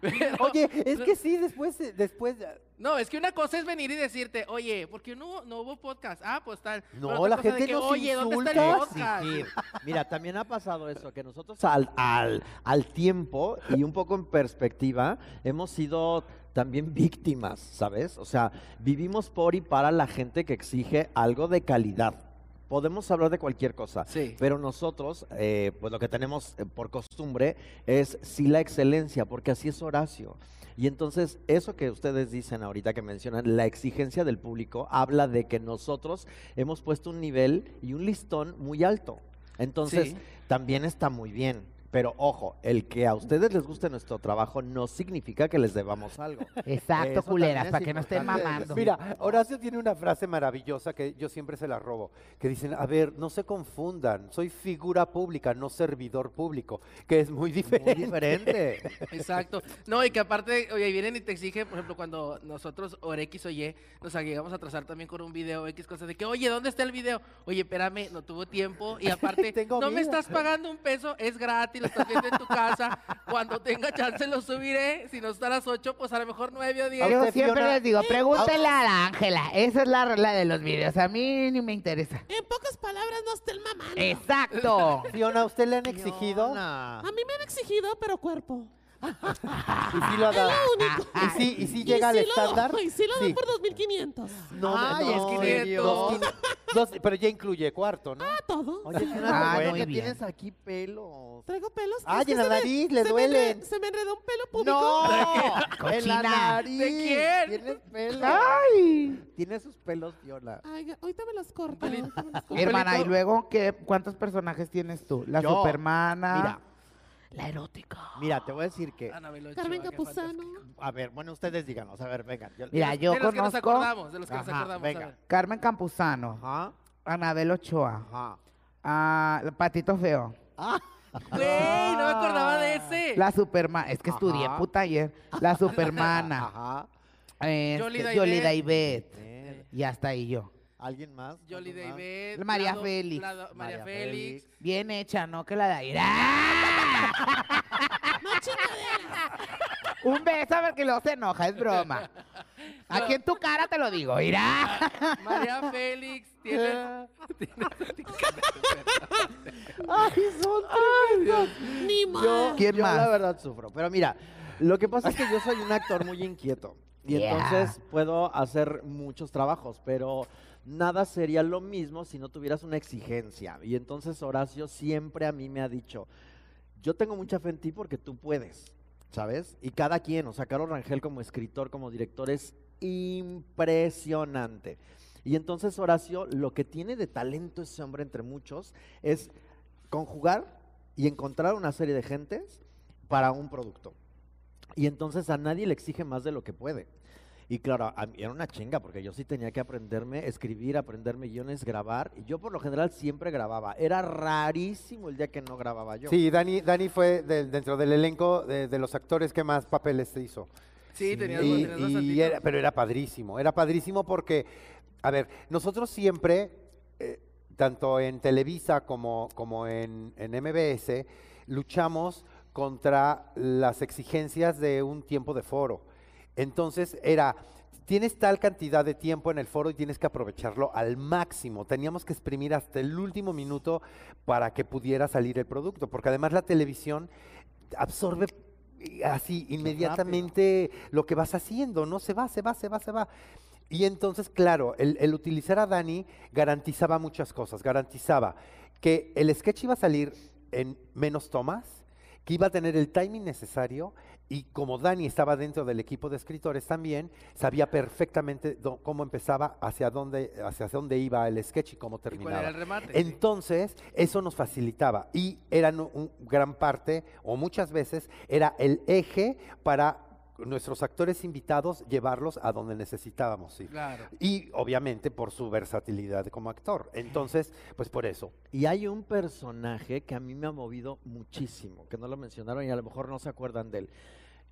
S1: Pero-
S2: Oye, es que sí, después, eh, después. eh,
S1: No, es que una cosa es venir y decirte, oye, ¿por qué no, no hubo podcast? Ah, pues tal. Pero
S2: No,
S1: otra
S2: la
S1: cosa de
S2: gente
S1: que,
S2: nos
S1: Oye, ¿dónde está el
S2: insulta.
S1: podcast?
S4: exigir. Mira, también ha pasado eso, que nosotros al, al, al tiempo y un poco en perspectiva hemos sido también víctimas, ¿sabes? O sea, vivimos por y para la gente que exige algo de calidad. Podemos hablar de cualquier cosa,
S1: Sí.
S4: pero nosotros, eh, pues lo que tenemos eh, por costumbre es sí la excelencia, porque así es Horacio. Y entonces, eso que ustedes dicen ahorita que mencionan, la exigencia del público, habla de que nosotros hemos puesto un nivel y un listón muy alto. Entonces,
S1: Sí.
S4: también está muy bien. Pero ojo, el que a ustedes les guste nuestro trabajo no significa que les debamos algo.
S3: Exacto,
S4: Eso
S3: culeras,
S4: también es
S3: para que no estén
S4: importante
S3: mamando.
S4: decir.
S2: Mira, Horacio tiene una frase maravillosa que yo siempre se la robo, que dicen, a ver, no se confundan, soy figura pública, no servidor público, que es muy
S4: Muy
S2: diferente.
S4: diferente.
S1: Exacto. No, y que aparte, oye, vienen y te exigen, por ejemplo, cuando nosotros, o X o Y, nos llegamos a atrasar también con un video, X cosas de que, oye, ¿dónde está el video? Oye, espérame, no tuvo tiempo. Y aparte,
S2: Tengo
S1: no me
S2: vida.
S1: estás pagando un peso, es gratis, lo estás viendo en tu casa. Cuando tenga chance lo subiré. Si no está a las 8, pues a lo mejor 9 o 10.
S2: Ahora-
S3: Yo
S2: usted,
S3: siempre
S2: Fiona?
S3: les digo, pregúntele a la Ángela. Esa es la regla de los videos. A mí ni me interesa.
S5: En pocas palabras, no estén mamando.
S3: Exacto.
S2: Fiona, ¿usted le han <laughs> exigido?
S4: Fiona.
S5: A mí me han exigido, pero cuerpo.
S2: Y sí
S4: Ah.
S2: lo
S4: <laughs>
S2: ha dado.
S3: Ah.
S5: único.
S2: Y sí, y sí llega
S5: y sí
S2: al
S5: lo
S2: estándar.
S5: doy, sí lo doy
S2: Sí. Ah.
S5: por 2.500.
S2: No,
S4: Ay,
S2: no,
S1: es que
S2: no,
S1: Dios.
S2: dos quin- dos- pero ya incluye cuarto, ¿no?
S5: A todo.
S4: Oye, Fiona,
S3: Ah,
S4: ¿por qué
S3: muy bien.
S4: tienes aquí pelos?
S5: Traigo pelos.
S2: Ay,
S5: es que
S2: en la
S5: se me-
S2: nariz, le
S5: se me
S2: duelen.
S5: enre- se me enredó un pelo público.
S4: ¡No! ¡En la
S3: Cochina.
S4: nariz!
S1: ¿De quién?
S4: Tienes pelos.
S3: Ay.
S4: Tienes sus pelos, Fiona.
S5: Ay, ya- ahorita me los corto. ahorita me los corto.
S3: Hermana, ¿y luego qué, cuántos personajes tienes tú? La
S4: Yo.
S3: supermana.
S4: Mira,
S3: La erótica.
S4: mira, te voy a decir que...
S1: Ana Belén
S5: Carmen
S1: Ochoa, qué
S5: Capuzano.
S4: A ver, bueno, ustedes díganos. A ver, vengan. yo-
S1: fantástico.
S3: Mira, Ah, yo
S1: De los que nos
S3: conozco
S1: acordamos, de los que nos
S4: Ajá,
S1: acordamos.
S4: venga.
S1: a ver.
S3: Carmen Campuzano,
S4: Ajá,
S3: Anabel Ochoa,
S4: ajá.
S3: a Patito Feo,
S1: Güey, no me acordaba de ese.
S3: la Superman, es que estudié
S4: Ajá.
S3: puta ayer,
S4: <laughs>
S3: la Supermana,
S4: Ajá.
S3: este,
S1: Yolida
S3: Yolida Ivette,
S4: Bien.
S3: y hasta ahí yo.
S4: ¿Alguien más?
S1: Jolly
S4: ¿Alguien más?
S1: David.
S3: María Félix.
S1: María,
S4: María
S1: Félix.
S4: Félix.
S3: Bien hecha, ¿no? Que la de ahí. ¡Ah!
S5: Más
S2: <laughs>
S5: chingaderas.
S3: Un beso porque luego se enoja, es broma. Aquí en tu cara te lo digo, irá.
S1: María Félix. <laughs> Tienes.
S4: ¡Ay, son tremendos!
S5: Ni
S4: Yo,
S5: más.
S3: ¿Quién
S4: yo la
S3: más?
S4: verdad sufro. Pero mira, lo que pasa es que yo soy un actor muy inquieto. Y
S3: Yeah.
S4: entonces puedo hacer muchos trabajos, pero nada sería lo mismo si no tuvieras una exigencia. Y entonces Horacio siempre a mí me ha dicho, yo tengo mucha fe en ti porque tú puedes, ¿sabes? Y cada quien, o sea, Carlos Rangel como escritor, como director, es impresionante. Y entonces Horacio, lo que tiene de talento ese hombre entre muchos es conjugar y encontrar una serie de gentes para un producto. Y entonces a nadie le exige más de lo que puede. Y claro, a mí era una chinga porque yo sí tenía que aprenderme, escribir, aprenderme guiones, grabar. Y yo por lo general siempre grababa. Era rarísimo el día que no grababa yo.
S2: Sí, Dani, Dani fue del- dentro del elenco de, de los actores que más papeles se hizo.
S1: Sí, tenías,
S2: Y-
S1: tenías
S2: y
S1: bastantitos.
S2: era- pero era padrísimo, era padrísimo porque, a ver, nosotros siempre, eh, tanto en Televisa como, como en, en MBS, luchamos contra las exigencias de un tiempo de foro. Entonces era, tienes tal cantidad de tiempo en el foro y tienes que aprovecharlo al máximo. Teníamos que exprimir hasta el último minuto para que pudiera salir el producto, porque además la televisión absorbe eh, así inmediatamente lo que vas haciendo, ¿no? Se va, se va, se va, se va. Y entonces, claro, el, el utilizar a Dani garantizaba muchas cosas, garantizaba que el sketch iba a salir en menos tomas, que iba a tener el timing necesario y como Dani estaba dentro del equipo de escritores también, sabía perfectamente do- cómo empezaba, hacia dónde, hacia dónde iba el sketch y cómo
S1: ¿Y cuál era el
S2: terminaba.
S1: remate?
S2: Entonces, eso nos facilitaba y eran un- gran parte, o muchas veces, era el eje para nuestros actores invitados llevarlos a donde necesitábamos ir.
S1: Claro.
S2: Y obviamente por su versatilidad como actor. Entonces, pues por eso.
S4: Y hay un personaje que a mí me ha movido muchísimo, que no lo mencionaron y a lo mejor no se acuerdan de él.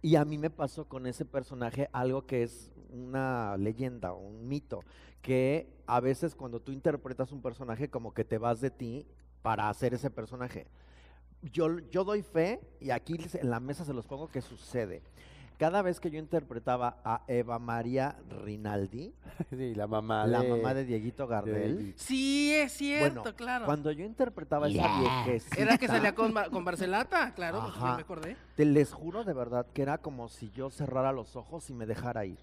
S4: Y a mí me pasó con ese personaje algo que es una leyenda, un mito, que a veces cuando tú interpretas un personaje como que te vas de ti para hacer ese personaje. Yo, yo doy fe y aquí se- en la mesa se los pongo que sucede. Cada vez que yo interpretaba a Eva María Rinaldi,
S2: <laughs> Sí, la mamá
S4: la
S2: de-
S4: mamá de Dieguito Gardel,
S2: de-
S1: Sí, es cierto,
S4: Bueno,
S1: claro.
S4: cuando yo interpretaba a esa
S3: Yeah.
S4: viejecita,
S1: Era que salía con, Mar- con Barcelata, claro, pues,
S4: Ajá.
S1: me acordé.
S4: te les juro de verdad que era como si yo cerrara los ojos y me dejara ir.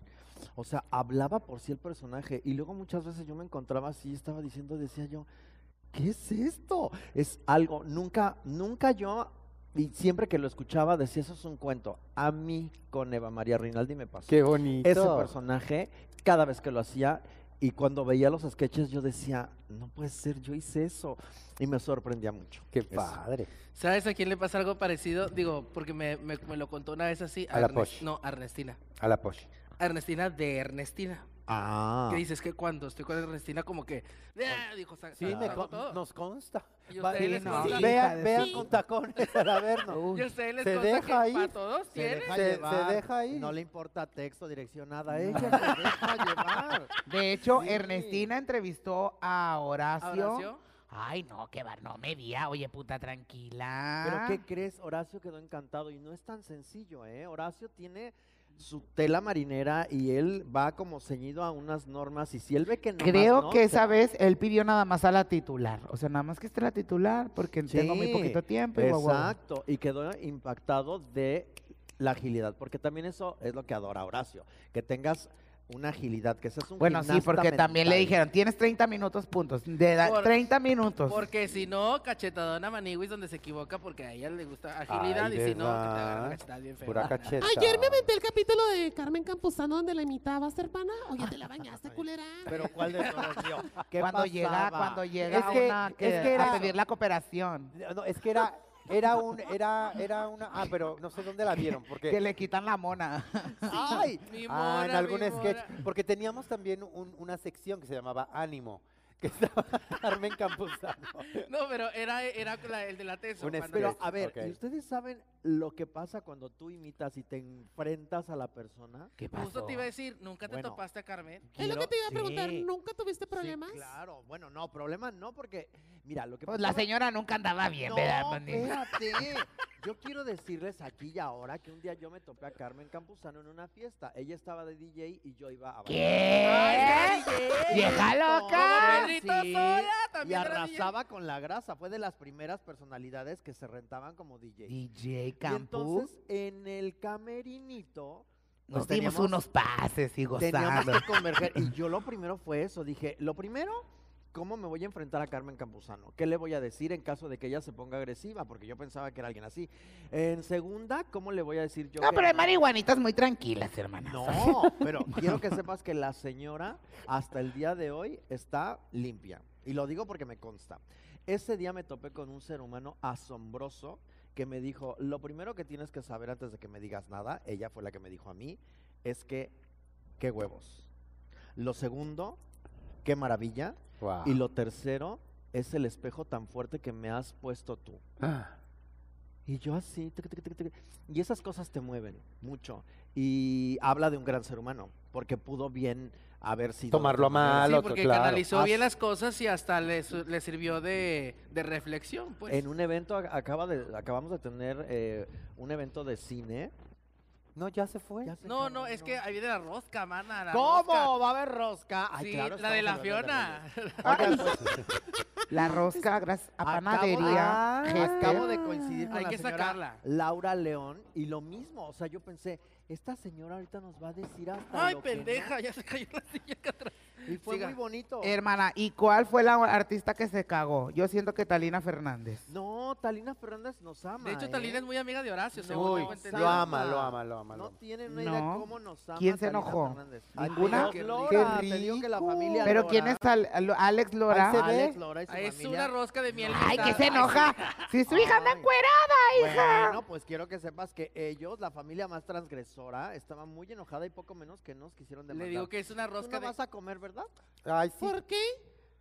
S4: O sea, hablaba por sí el personaje y luego muchas veces yo me encontraba así, estaba diciendo, decía yo, ¿qué es esto? Es algo, nunca, nunca yo, y siempre que lo escuchaba decía, eso es un cuento. A mí con Eva María Rinaldi me pasó.
S2: Qué bonito.
S4: Ese personaje, cada vez que lo hacía y cuando veía los sketches yo decía, no puede ser, yo hice eso. Y me sorprendía mucho.
S2: Qué
S4: Eso.
S2: padre.
S1: ¿Sabes a quién le pasa algo parecido? Digo, porque me, me- me lo contó una vez así.
S2: A la
S1: Ernest-
S2: Posh.
S1: No, a Ernestina.
S2: A la Posh.
S1: A Ernestina de Ernestina.
S4: Ah.
S1: Que dices que cuando estoy con Ernestina, como que. "Ah", dijo, "sa-
S2: Sí,
S1: sa-
S2: me
S1: saco
S2: con-
S1: todo".
S2: nos consta.
S1: Y
S2: Va-
S1: ustedes
S3: sí,
S1: les
S3: no.
S1: consta-
S3: Sí.
S2: Vean,
S3: Sí.
S2: vean con tacones para vernos.
S1: y a ustedes les
S2: se
S1: consta
S2: deja
S1: que
S2: ahí.
S1: pa' todos
S4: Se
S1: tienen.
S4: deja,
S2: Se- se
S4: llevar,
S2: deja ahí.
S4: No le importa texto, dirección, nada. Ella se deja llevar.
S3: De hecho,
S4: Sí.
S3: Ernestina entrevistó a Horacio.
S1: ¿A Horacio?
S3: Ay, no, que bar, no me vía. Oye, puta, tranquila.
S4: Pero ¿qué crees? Horacio quedó encantado y no es tan sencillo, ¿eh? Horacio tiene su tela marinera y él va como ceñido a unas normas y si él ve que no
S3: Creo
S4: no,
S3: que
S4: se va.
S3: esa vez él pidió nada más a la titular. O sea, nada más que esté la titular, porque tengo muy
S4: Sí,
S3: poquito tiempo. Y guau, guau, guau.
S4: Exacto, y quedó impactado de la agilidad, porque también eso es lo que adora Horacio, que tengas una agilidad, que seas un
S3: Bueno, sí,
S4: gimnasta
S3: porque también le
S4: mental.
S3: dijeron, tienes 30 minutos, puntos. De edad-
S1: Por-
S3: 30 minutos.
S1: Porque si no, cachetadona Maniwis, donde se equivoca, porque a ella le gusta agilidad.
S2: Ay,
S1: y si no, que te
S2: ¿verdad?
S1: agarran cachetadas bien feas.
S2: Pura cacheta.
S5: Ayer me aventé el capítulo de Carmen Campuzano donde la imitabas, hermana. Oye, te
S4: Ah,
S5: la bañaste, culera.
S4: Pero ¿cuál de
S3: <laughs>
S4: todos vio? ¿Qué
S3: Cuando llega,
S4: pasaba?
S3: cuando llega
S2: Es que-
S3: una
S2: es
S3: que-
S2: que
S3: a
S2: era-
S3: pedir la cooperación.
S2: No, es que
S3: <laughs>
S2: era, era un, era, era una. Ah, pero no sé dónde la vieron, porque.
S3: Que le quitan la
S4: <laughs>
S3: mona.
S2: ¡Ay!
S1: Mi
S2: Ah, en
S1: mora,
S2: algún
S1: mi
S2: sketch.
S1: mora.
S2: Porque teníamos también un- una sección que se llamaba Ánimo, que estaba <laughs> Carmen Campuzano.
S1: <laughs> No, pero era, era la- el de la teso.
S2: Un
S1: cuando-
S4: Pero
S2: sketch.
S4: a ver,
S2: Ok.
S4: ¿y ustedes saben lo que pasa cuando tú imitas y te enfrentas a la persona?
S3: ¿Qué
S1: Justo te iba a decir, nunca te
S4: Bueno.
S1: topaste a Carmen.
S5: Es lo que te iba a
S4: Quiero-
S5: preguntar.
S4: Sí,
S5: ¿Nunca tuviste
S4: sí,
S5: problemas?
S4: claro, bueno, no, problemas no, porque mira, lo que
S3: Pues la
S4: pasaba-
S3: señora nunca andaba bien, ¿verdad,
S4: No, pues.
S3: Moni?
S4: espérate.
S3: <laughs>
S4: Yo quiero decirles aquí y ahora que un día yo me topé a Carmen Campuzano en una fiesta. Ella estaba de DJ y yo iba a bailar.
S3: ¿Qué? ¡Vieja
S1: Como
S3: loca!
S1: Pedrito Sola,
S4: Y
S1: también era DJ.
S4: arrasaba con la grasa. Fue de las primeras personalidades que se rentaban como DJ.
S3: DJ
S4: Y
S3: Campú.
S4: entonces en el camerinito
S3: Nos
S4: pues,
S3: dimos
S4: teníamos-
S3: unos pases y
S4: teníamos
S3: gozando.
S4: que converger. Y
S3: <laughs>
S4: yo lo primero fue eso. Dije, lo primero, ¿cómo me voy a enfrentar a Carmen Campuzano? ¿Qué le voy a decir en caso de que ella se ponga agresiva? Porque yo pensaba que era alguien así. En segunda, ¿cómo le voy a decir <laughs> yo?
S3: No,
S4: que
S3: pero hay marihuanitas muy tranquilas, hermana.
S4: No, pero quiero que sepas que la señora hasta el día de hoy está limpia. Y lo digo porque me consta. Ese día me topé con un ser humano asombroso que me dijo, lo primero que tienes que saber antes de que me digas nada, ella fue la que me dijo a mí, es que, qué huevos. Lo segundo, qué maravilla.
S2: Guau.
S4: Y lo tercero, es el espejo tan fuerte que me has puesto tú.
S2: Ah,
S4: Y yo así, tuc, tuc, tuc, tuc. y esas cosas te mueven mucho. Y habla de un gran ser humano, porque pudo bien haber sido. de
S2: Tomarlo
S4: otra manera.
S2: mal,
S1: Sí,
S2: otro,
S1: porque
S2: claro.
S1: canalizó
S4: Haz-
S1: bien las cosas y hasta le, su- le sirvió de, de reflexión, pues.
S4: En un evento, ac- acaba de, acabamos de tener eh, un evento de cine.
S2: No, ya se fue.
S4: Ya se
S1: No,
S4: acabó,
S1: no, es que ahí viene la rosca, mana. la
S4: ¿Cómo?
S1: rosca.
S4: ¿Va a haber rosca?
S1: sí, la de la Fiona.
S4: Oigan, pues,
S3: La rosca, gracias a panadería.
S4: Acabo de, Ah,
S3: jefe.
S4: acabo de coincidir con
S1: Hay
S4: la
S1: que
S4: señora
S1: sacarla.
S4: Laura León y lo mismo, o sea, yo pensé, esta señora ahorita nos va a decir hasta
S1: Ay,
S4: lo que no".
S1: pendeja, ya se cayó la silla acá atrás.
S4: Y fue
S1: Siga.
S4: muy bonito.
S3: Hermana, ¿y cuál fue la artista que se cagó? Yo siento que Talina Fernández.
S4: No, Talina Fernández nos ama.
S1: De hecho, Talina
S4: ¿eh?
S1: es muy amiga de Horacio,
S2: <laughs>
S4: Nos
S1: según
S4: ama,
S1: tengo entendido.
S2: Lo ama, lo ama, lo ama. lo
S4: No
S2: ama.
S4: tienen una idea
S3: No.
S4: cómo nos ama.
S3: ¿Quién se
S4: Talina
S3: enojó?
S4: Fernández.
S2: Ay,
S3: ¿Ninguna?
S4: Te
S1: qué
S4: digo,
S1: rico.
S4: Lora, te digo que la familia
S3: Pero
S4: Lora-
S3: ¿quién es Al- Al- Alex Lora?
S2: Ahí se ve.
S4: Alex Lora y su
S1: Ah, Es
S4: familia.
S1: una rosca de miel.
S3: Ay, que
S1: mezclada.
S3: se enoja. Si su hija anda
S4: Ay.
S3: encuerada, hija.
S4: Bueno, pues quiero que sepas que ellos, la familia más transgresora, estaba muy enojada y poco menos que nos quisieron demandar.
S1: Le digo que es una
S4: Tú
S1: rosca de...
S4: no Pues vas a comer, ¿verdad?
S2: Ay, sí.
S5: ¿Por qué?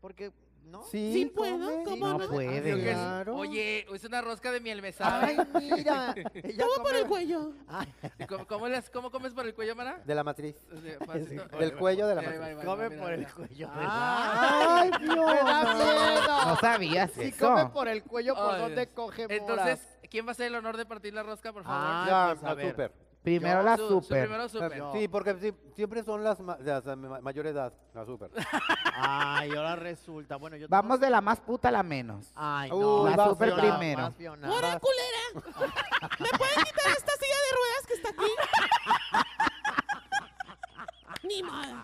S4: Porque, ¿no?
S2: Sí,
S5: Sí puedo,
S2: come.
S5: ¿cómo
S3: No
S5: no?
S4: pues,
S3: puede.
S1: Digo que es-
S2: Claro.
S1: Oye, es una rosca de miel mesada.
S4: Ay, <laughs> mira. Ella
S5: ¿Cómo por
S4: come-
S5: el cuello?
S4: Ay,
S1: ¿Y ¿Cómo, cómo las- cómo comes por el cuello, Mara?
S2: De la matriz.
S1: O
S4: <laughs>
S1: sea, pasito-
S2: Del cuello de la
S1: Ahí va,
S2: matriz.
S1: ahí va, ahí va,
S4: come
S1: mira,
S4: por
S1: mira.
S4: el cuello.
S2: Ay,
S4: ¿verdad?
S2: Dios.
S4: ¡Me da miedo!
S3: No sabías
S4: Si
S3: eso.
S4: come por el cuello, ¿por
S1: Ay,
S4: dónde
S1: Dios.
S4: coge moras?
S1: Entonces, ¿quién va a hacer el honor de partir la rosca, por favor?
S4: Ah,
S2: Ya,
S4: pues, a
S2: la
S4: ver.
S2: super.
S3: Primero
S4: yo-
S3: la
S1: Su- su
S3: super.
S1: primero súper.
S4: Yo.
S2: Sí, porque sí, siempre son las ma- de las de ma- mayor edad, la super.
S4: Ay, ahora resulta. Bueno, yo
S3: Vamos de la más puta a la menos.
S4: Ay, no.
S2: Uy,
S4: más
S2: vas
S4: Fiona,
S3: primero.
S4: más Fiona.
S5: ¡Hora culera! ¿Me pueden quitar esta silla de ruedas que está
S4: <laughs>
S5: aquí? Ni modo.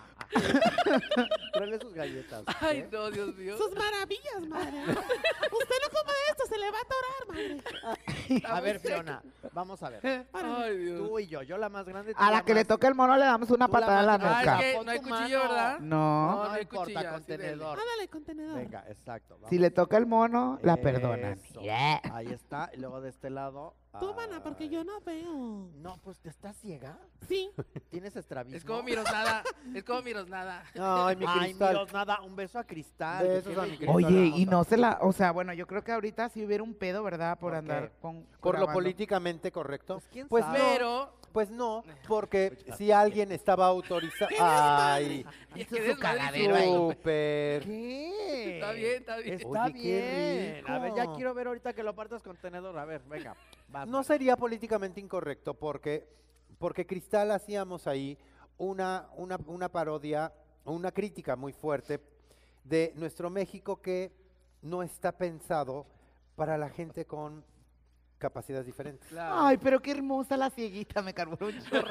S4: Tráele sus galletas.
S1: Ay,
S4: ¿eh?
S1: no, Dios mío.
S5: Sus maravillas, madre. Usted no come esto, se le va a atorar, madre.
S4: A ver, Fiona, vamos a <laughs> ver.
S1: Ay, Dios.
S4: Tú y yo, yo la más grande. tú
S3: A la que le
S4: más-
S3: toque el mono le damos una
S4: tú la
S3: patada en la
S4: mandas-
S1: Ay,
S3: nuca.
S1: Ah, es que
S4: Pon
S1: no hay
S4: tu
S1: cuchillo,
S4: mano.
S1: ¿verdad?
S3: No.
S1: No,
S4: No, Ah,
S1: no hay
S4: importa,
S1: cuchilla,
S4: con
S1: sí, dele.
S4: tenedor.
S5: Ándale, contenedor.
S4: Venga, exacto.
S3: Si le toca el mono, la perdonan.
S4: Eso.
S3: Yeah.
S4: Ahí está, y luego de este lado.
S5: Tú, mana, porque
S4: ay.
S5: yo no veo.
S4: No, pues te estás ciega.
S5: Sí.
S4: Tienes estrabismo.
S1: Es como mirosnada. es como mirosnada.
S2: Ay, mi
S4: Ay,
S2: cristal.
S4: Dios, nada, un beso a cristal.
S2: Besos
S4: que qué
S2: a mi
S4: belleza.
S2: Eso
S3: Oye,
S2: la
S3: y
S2: vamos
S3: no se la, o sea, bueno, yo creo que ahorita sí hubiera un pedo, ¿verdad? Por
S4: ¿Por
S3: andar
S4: qué?
S3: con
S2: Por lo
S3: grabando.
S2: políticamente correcto.
S4: Pues, ¿quién
S2: Pues
S4: sabe?
S2: no,
S1: Pero,
S2: pues no, porque si alguien estaba autorizado. Ay,
S1: es
S3: su
S1: que desmadre
S3: cagadero ahí.
S2: super.
S4: ¿Qué?
S1: Está bien, está bien.
S4: Está
S2: Oye, qué
S4: bien. A ver, ya
S2: rico.
S4: quiero ver ahorita que lo partas con tenedor. A ver, venga. vas,
S2: No
S4: vas.
S2: sería políticamente incorrecto porque, porque Cristal hacíamos ahí una, una, una parodia, una crítica muy fuerte de nuestro México que no está pensado para la gente con capacidades diferentes.
S1: Claro.
S3: Ay, pero qué hermosa la cieguita, me carburó un chorro.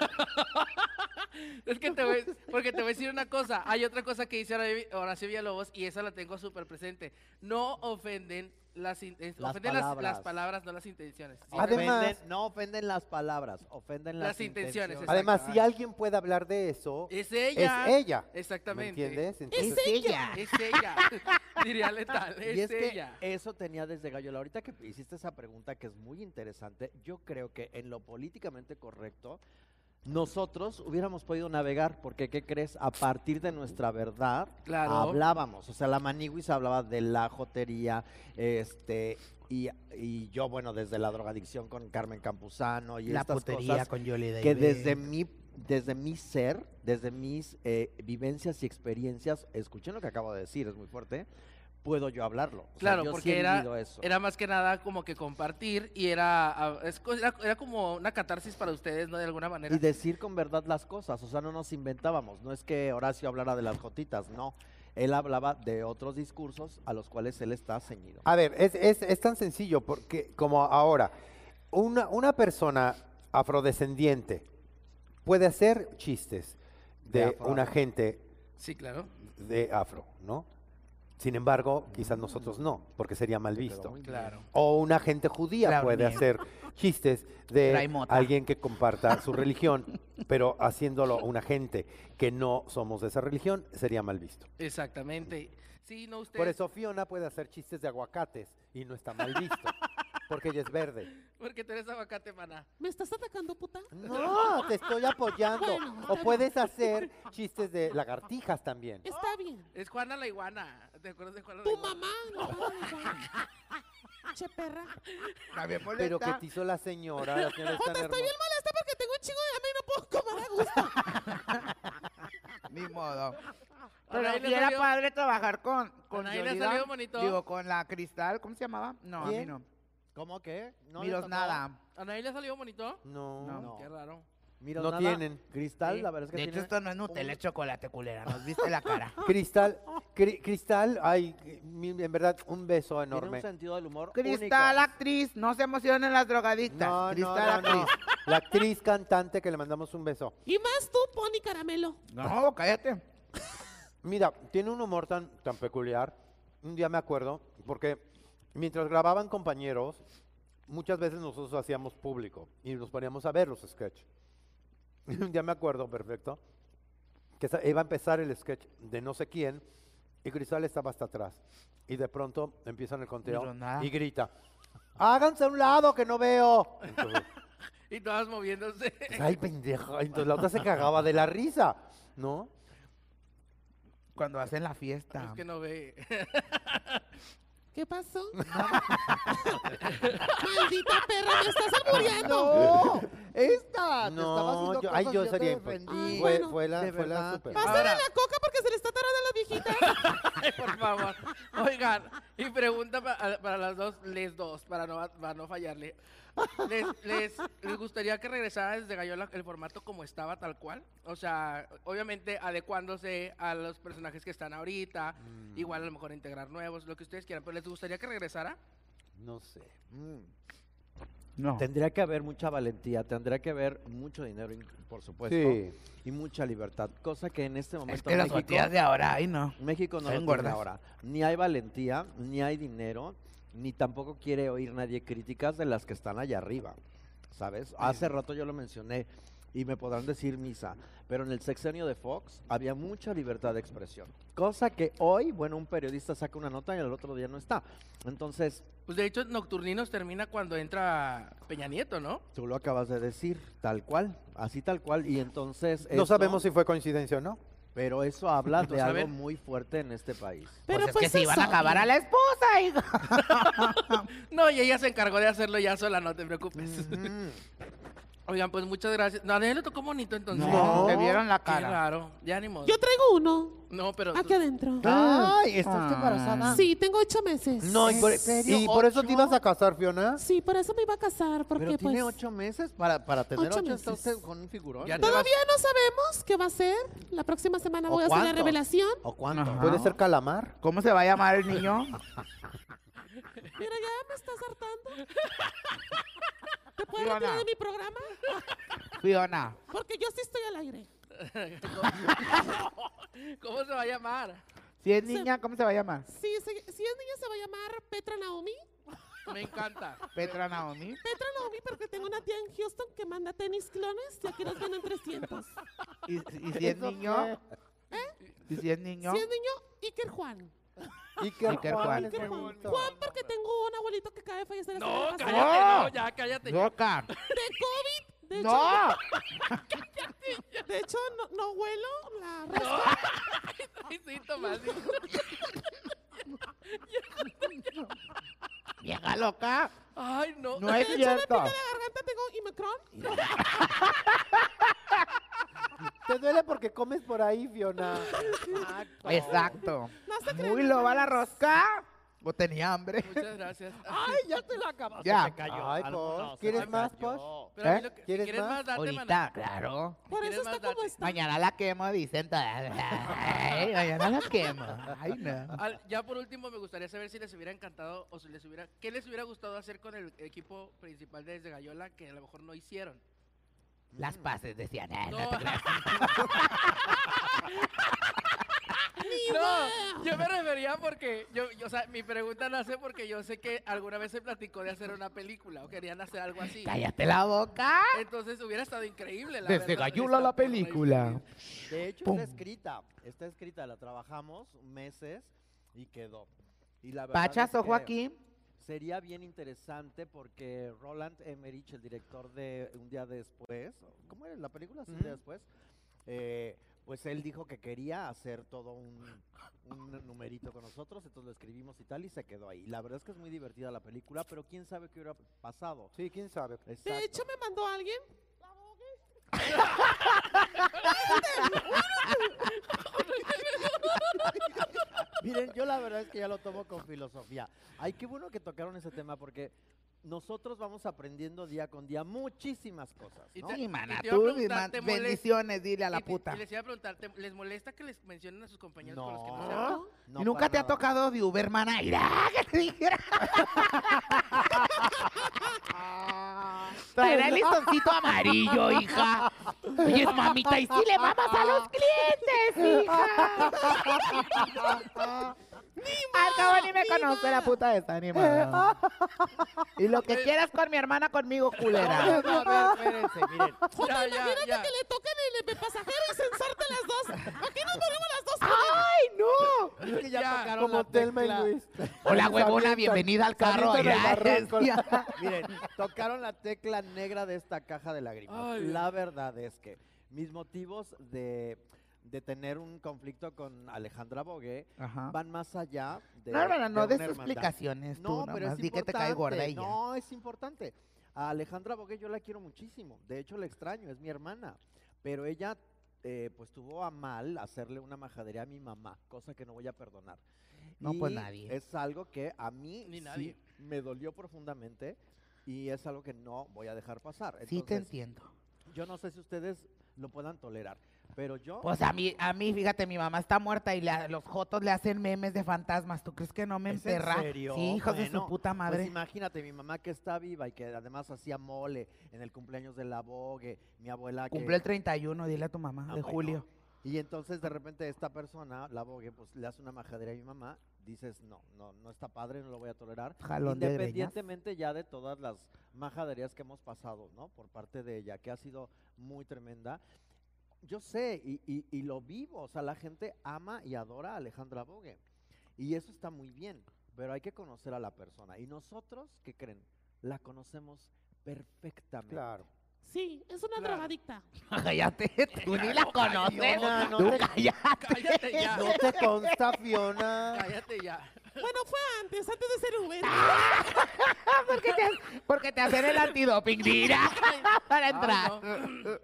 S1: Es que te voy, porque te voy a decir una cosa. Hay otra cosa que dice Horacio- Horacio Villalobos y esa la tengo súper presente. No ofenden las, in- eh,
S4: Las
S1: ofenden las-
S4: palabras.
S1: las palabras, no las intenciones. Sí,
S2: Adem-
S4: Ofenden-
S2: Además-
S4: no ofenden las palabras, ofenden las,
S1: Las intenciones, exacto.
S2: Además, si alguien puede hablar de eso,
S1: es ella.
S2: es ella. ¿me
S1: Exactamente.
S2: entiendes?
S3: Es
S2: Entonces,
S3: ella.
S1: Es ella. <laughs> Diría letal. Es,
S4: Y es que
S1: ella.
S4: eso tenía desde Gallo. Ahorita que hiciste esa pregunta que es muy interesante, yo creo que en lo políticamente correcto, nosotros hubiéramos podido navegar, porque ¿qué crees? A partir de nuestra verdad
S1: Claro.
S4: hablábamos. O sea, la Maniguis hablaba de la jotería, este, y, y yo, bueno, desde la drogadicción con Carmen Campuzano y
S3: La
S4: estas
S3: putería
S4: cosas
S3: con Yoli
S4: que
S3: Davis.
S4: desde mi, desde mi ser, desde mis eh, vivencias y experiencias, escuchen lo que acabo de decir, es muy fuerte, puedo yo hablarlo. O sea,
S1: Claro,
S4: yo sí
S1: porque
S4: he
S1: era,
S4: vivido eso.
S1: era más que nada como que compartir y era, ah, es co- era, era como una catarsis para ustedes, ¿no? De alguna manera.
S4: Y decir con verdad las cosas, o sea, no nos inventábamos, no es que Horacio hablara de las jotitas, no. Él hablaba de otros discursos a los cuales él está ceñido.
S2: A ver, es, es- es tan sencillo porque como ahora, una, una persona afrodescendiente puede hacer chistes
S4: De
S2: de
S4: afro.
S2: una gente
S1: Sí, claro.
S2: de afro, ¿no? Sin embargo, quizás nosotros no, porque sería mal visto.
S4: muy
S1: Claro.
S2: O una gente judía
S3: Claro,
S2: puede
S3: bien.
S2: hacer chistes de
S3: Trae mota.
S2: alguien que comparta su religión, pero haciéndolo una gente que no somos de esa religión, sería mal visto.
S1: Exactamente. Sí, no, ustedes.
S2: Por eso Fiona puede hacer chistes de aguacates y no está mal visto, porque ella es verde.
S1: Porque tú eres aguacate, maná.
S5: ¿Me estás atacando, puta?
S2: No, te estoy apoyando.
S5: Bueno, está
S2: o
S5: bien.
S2: puedes hacer chistes de lagartijas también.
S4: Oh.
S5: Está bien.
S1: Es Juana la iguana. ¿Te acuerdas de Juana la
S5: Tu
S1: iguana?
S5: mamá. No, no, Che perra.
S2: Pero que te hizo la señora, la señora es tan
S5: Puta, estoy
S2: hermosa.
S5: bien molesta porque tengo un chingo de hambre y no puedo comer a gusto.
S3: Ni modo.
S1: Ahora,
S3: Pero
S1: ahí le
S3: sí era
S1: salió-
S3: padre trabajar con, con
S1: Con ahí le
S3: Yolida,
S1: salió bonito.
S3: Digo, con la Cristal, ¿cómo se llamaba? No, a mí
S4: ¿Quién?
S3: no.
S4: ¿Cómo que? No les
S3: Miros
S4: tocó.
S3: nada.
S1: ¿A Nail le salió bonito?
S2: No.
S3: No.
S4: No.
S1: Qué raro.
S4: Miros
S2: No
S4: nada.
S2: tienen.
S4: Cristal,
S1: Sí.
S4: la verdad es que
S3: De hecho,
S4: tiene
S3: esto no es Nutella, es chocolate, culera. Nos viste la cara.
S2: Cristal, Cri- Cristal, ay, mi- en verdad, un beso
S4: tiene un
S2: enorme. ah,
S4: sentido del humor
S3: Cristal
S4: <laughs> único.
S3: actriz, no se emocionen las drogadictas.
S2: No, no,
S3: Cristal
S2: no, no.
S3: actriz.
S2: La actriz cantante que le mandamos un beso.
S5: Y más tú, Pony Caramelo.
S3: No, cállate.
S2: Mira, tiene un humor tan, tan peculiar. Un día me acuerdo, porque mientras grababan compañeros, muchas veces nosotros hacíamos público y nos poníamos a ver los sketches. <laughs> Un día me acuerdo, perfecto, que esa- iba a empezar el sketch de no sé quién y Cristal estaba hasta atrás. Y de pronto empiezan el conteo
S3: Pero nada.
S2: y grita, háganse a un lado que no veo. Entonces,
S1: Y todas moviéndose. <laughs>
S2: pues, ay, pendejo. Entonces la otra se cagaba de la risa, ¿no?
S3: Cuando hacen la fiesta.
S1: Es que no ve. <laughs>
S5: ¿Qué pasó? Maldita perra, me estás albureando.
S6: No, esta. Ah, te
S2: No,
S6: estaba haciendo
S2: yo- ay,
S6: cosas,
S2: yo
S6: te
S2: sería impo-
S6: defendí.
S5: Ah,
S2: Fue,
S5: bueno.
S2: fue la,
S6: De
S2: fue la
S6: verdad.
S2: super. Ah,
S5: Pásale
S1: Ahora.
S5: la coca porque se le está tarada la viejita.
S1: Ay, por favor. Oigan, y pregunta pa- a- para, las dos, les dos, para no, para no fallarle. ¿Les, les, les gustaría que regresara desde Gallola el formato como estaba, tal cual? O sea, obviamente adecuándose a los personajes que están ahorita,
S5: Mm.
S1: igual a lo mejor integrar nuevos, lo que ustedes quieran, pero ¿les gustaría que regresara?
S2: No sé. Mm.
S3: No.
S4: Tendría que haber mucha valentía, tendría que haber mucho dinero, in- por
S2: pues,
S4: supuesto,
S2: Sí.
S4: y mucha libertad, cosa que en este momento
S3: Es que las
S4: México-
S3: tortillas de ahora, ay no.
S4: México no
S3: Están
S4: lo tiene
S3: gordas.
S4: ahora. Ni hay valentía, ni hay dinero, ni tampoco quiere oír nadie críticas de las que están allá arriba. ¿Sabes? Hace rato yo lo mencioné y me podrán decir misa, pero en el sexenio de Fox había mucha libertad de expresión. Cosa que hoy, bueno, un periodista saca una nota y el otro día no está. Entonces,
S1: Pues de hecho, Nocturninos termina cuando entra Peña Nieto, ¿no?
S4: tú lo acabas de decir, tal cual, así tal cual. Y entonces.
S2: No
S4: esto-
S2: sabemos si fue coincidencia o no.
S4: Pero eso <laughs> habla
S1: Pues,
S4: de
S1: a
S4: algo
S1: ver.
S4: muy fuerte en este país.
S5: Pero
S3: pues es
S5: pues
S3: que se
S5: es
S3: iban a acabar
S5: obvio.
S3: a la esposa, hija.
S1: No, y ella se encargó de hacerlo ya sola, no te preocupes. <laughs>
S4: Mm.
S1: Oigan, pues muchas gracias. No, a nadie le tocó bonito entonces.
S3: <laughs> No, te vieron la
S1: Qué
S3: cara.
S1: raro, ya ni modo.
S5: Yo Ah, traigo uno.
S1: No, pero
S5: Aquí
S1: tú-
S5: adentro.
S6: Ay, ¿estás
S3: Ah.
S6: embarazada?
S5: Sí, tengo ocho meses.
S2: No, y por, y por eso te ibas a casar, Fiona.
S5: Sí, por eso me iba a casar, porque
S4: Pero tiene
S5: pues...
S4: ocho meses para, para tener
S5: Ocho
S4: ocho, está
S5: meses.
S4: usted con un figurón.
S1: ya te vas-
S5: Todavía no sabemos qué va a ser. La próxima semana
S4: ¿O
S5: voy a hacer la
S4: cuántos?
S5: revelación.
S4: ¿O cuánto?
S3: Ajá.
S2: Puede ser calamar.
S3: ¿Cómo se va a llamar el niño?
S5: Mira, ya me estás
S3: <laughs>
S5: hartando. ¿Te puedo
S3: Diana.
S5: retirar de mi programa?
S3: Fiona.
S5: Porque yo sí estoy al aire.
S1: ¿Cómo se va a llamar?
S3: Si es niña, ¿cómo se va a llamar?
S5: Sí, se- si es niña se va a llamar Petra Naomi.
S1: Me encanta.
S3: Petra Naomi.
S5: Petra Naomi porque tengo una tía en Houston que manda tenis clones y aquí los venden 300.
S3: ¿Y, y si es niño? ¿Y si es <laughs> niño?
S5: Si es niño, Iker Juan.
S2: Y que
S3: Iker Juan.
S5: Iker Juan. Juan porque tengo un abuelito que acaba de fallecer. la
S1: No,
S5: semana pasada.
S1: cállate, no, ya, cállate.
S3: ¡Loca!
S5: De COVID. De hecho,
S3: ¡No!
S5: de hecho no, no huelo la res-
S1: Ay, <laughs> sí, Tomás.
S3: ¡Vieja loca!
S1: Ay, no.
S3: No es cierto.
S5: la garganta, tengo Imecron.
S2: Te duele porque comes por ahí, Fiona.
S3: Exacto.
S5: No se crean,
S3: Muy lo va la rosca. ¿O tenía hambre?
S1: Muchas gracias.
S6: Ay, ya te la acabaste.
S3: Ya.
S6: se cayó.
S2: Ay,
S6: Alguno
S2: Posh,
S6: se
S2: ¿quieres
S6: te
S2: más,
S6: cayó.
S1: Pero a mí
S3: ¿Eh?
S1: lo que- si
S2: ¿Quieres
S1: ¿Quieres
S2: más?
S1: más? Date, maná.
S3: Ahorita, claro.
S5: Por
S1: ¿Quieres
S5: eso
S1: más
S5: está como
S1: date?
S5: está.
S3: Mañana la quemo, dicen todas. Ay, mañana la quemo. Ay, no.
S1: Al- ya por último, me gustaría saber si les hubiera encantado o si les hubiera. ¿Qué les hubiera gustado hacer con el equipo principal de Desde Gallola que a lo mejor no hicieron?
S3: Las paces decían. "Ah, no
S1: No.
S3: te creas".
S1: No, yo me refería porque, yo, yo, o sea, mi pregunta nace porque yo sé que alguna vez se platicó de hacer una película o querían hacer algo así.
S3: ¡Cállate la boca!
S1: Entonces hubiera estado increíble. La
S6: Desde
S1: verdad,
S6: Gayula
S1: esta
S6: la
S1: por no
S6: película.
S1: existir.
S4: De hecho,
S3: Pum.
S4: está escrita. Está escrita, la trabajamos meses y quedó. Y la verdad
S3: Pachas,
S4: es
S3: ojo
S4: que
S3: aquí.
S4: Sería bien interesante porque Roland Emmerich, el director de Un Día Después, ¿cómo era la película? Sí, Un Día Después, eh, pues él dijo que quería hacer todo un, un numerito con nosotros, entonces lo escribimos y tal, y se quedó ahí. La verdad es que es muy divertida la película, pero quién sabe qué hubiera pasado.
S2: Sí, quién sabe.
S4: Exacto.
S5: De hecho, me mandó alguien.
S4: <laughs> Miren, yo la verdad es que ya lo tomo con filosofía. Ay, qué bueno que tocaron ese tema porque nosotros vamos aprendiendo día con día muchísimas cosas.
S1: Y
S4: ¿no?
S1: te-
S3: Sí,
S1: y
S3: mana,
S1: te iba a
S3: tú,
S1: preguntar,
S3: man-
S1: ¿te molesta?
S3: bendiciones, dile a la
S1: Y te-
S3: puta.
S1: Y les iba a preguntar, ¿te- ¿les molesta que les mencionen a sus compañeros con los que no se hablan?
S4: No, no
S3: ¿Y nunca
S4: para
S3: te ha
S4: nada.
S3: tocado de Uber, mana? ah, ¡Irá, que te dijera! Traerá <laughs> el listoncito amarillo, hija. Oye, mamita, y si le mamas a los clientes, hija. Al cabo ni me conoce la puta esta, ni modo. Y lo que quieras con mi hermana, conmigo, culera.
S5: Jota,
S1: Ya, ya,
S5: imagínate
S1: ya.
S5: que le toquen el pe- pasajero y censarte las dos. Aquí nos ponemos las dos.
S3: ¡Ay, no!
S4: que ya
S1: Ya,
S4: tocaron
S2: Como
S4: la
S2: Telma y
S4: tecla.
S2: Luis.
S3: Hola,
S4: Saliendo-
S3: huevona, bienvenida al carro.
S4: saliendo del
S3: ya,
S4: barranco.
S3: decía.
S4: <laughs> Miren, tocaron la tecla negra de esta caja de lágrimas.
S1: Ay.
S4: La verdad es que mis motivos de, de tener un conflicto con Alejandra Bogué
S3: Ajá.
S4: van más allá de.
S3: No, no, no, no
S4: de
S3: des
S4: una hermandad.
S3: explicaciones tú,
S4: pero
S3: nomás
S4: es
S3: di que te cae gorda
S4: importante,
S3: y ya.
S4: No, es importante. A Alejandra Bogué yo la quiero muchísimo. De hecho, la extraño, es mi hermana. Pero ella, eh, pues, tuvo a mal hacerle una majadería a mi mamá, cosa que no voy a perdonar.
S3: No, pues,
S4: Y
S3: nadie.
S4: Es algo que a mí
S1: Ni
S4: sí
S1: nadie.
S4: me dolió profundamente y es algo que no voy a dejar pasar.
S3: Sí te
S4: Entonces,
S3: entiendo.
S4: yo no sé si ustedes lo puedan tolerar, pero yo...
S3: Pues a mí, a mí, fíjate, mi mamá está muerta y la- los jotos le hacen memes de fantasmas. ¿Tú crees que no me
S4: ¿Es en
S3: emperra?
S4: serio?
S3: Sí, hijos de
S4: Bueno,
S3: su puta
S4: Pues
S3: madre.
S4: imagínate, mi mamá que está viva y que además hacía mole en el cumpleaños de la Vogue, mi abuela que...
S3: Cumple el 31, dile a tu mamá,
S4: Ah,
S3: de
S4: bueno.
S3: julio.
S4: Y entonces de repente esta persona, la Vogue, pues le hace una majadería a mi mamá, dices, no, no, no está padre, no lo voy a tolerar.
S3: Jalón de greñas.
S4: Independientemente ya de todas las majaderías que hemos pasado, ¿no? Por parte de ella, que ha sido muy tremenda. Yo sé y, y- y lo vivo, o sea, la gente ama y adora a Alejandra Vogue. Y eso está muy bien, pero hay que conocer a la persona. Y nosotros, ¿qué creen? La conocemos perfectamente.
S2: Claro.
S5: Sí, es una drogadicta.
S3: <laughs> cállate, tú
S4: <laughs>
S3: ni la conoces.
S2: Fiona, no
S3: tú
S2: te-
S3: cállate.
S1: Cállate ya.
S2: <laughs> No te consta,
S1: <laughs>
S2: Fiona.
S1: Cállate ya.
S5: Bueno, fue antes, antes de ser Uber.
S3: ¿Por qué te, porque te hacen el
S4: <laughs>
S3: antidoping, mira, <laughs> para entrar.
S1: Ay, no. <laughs>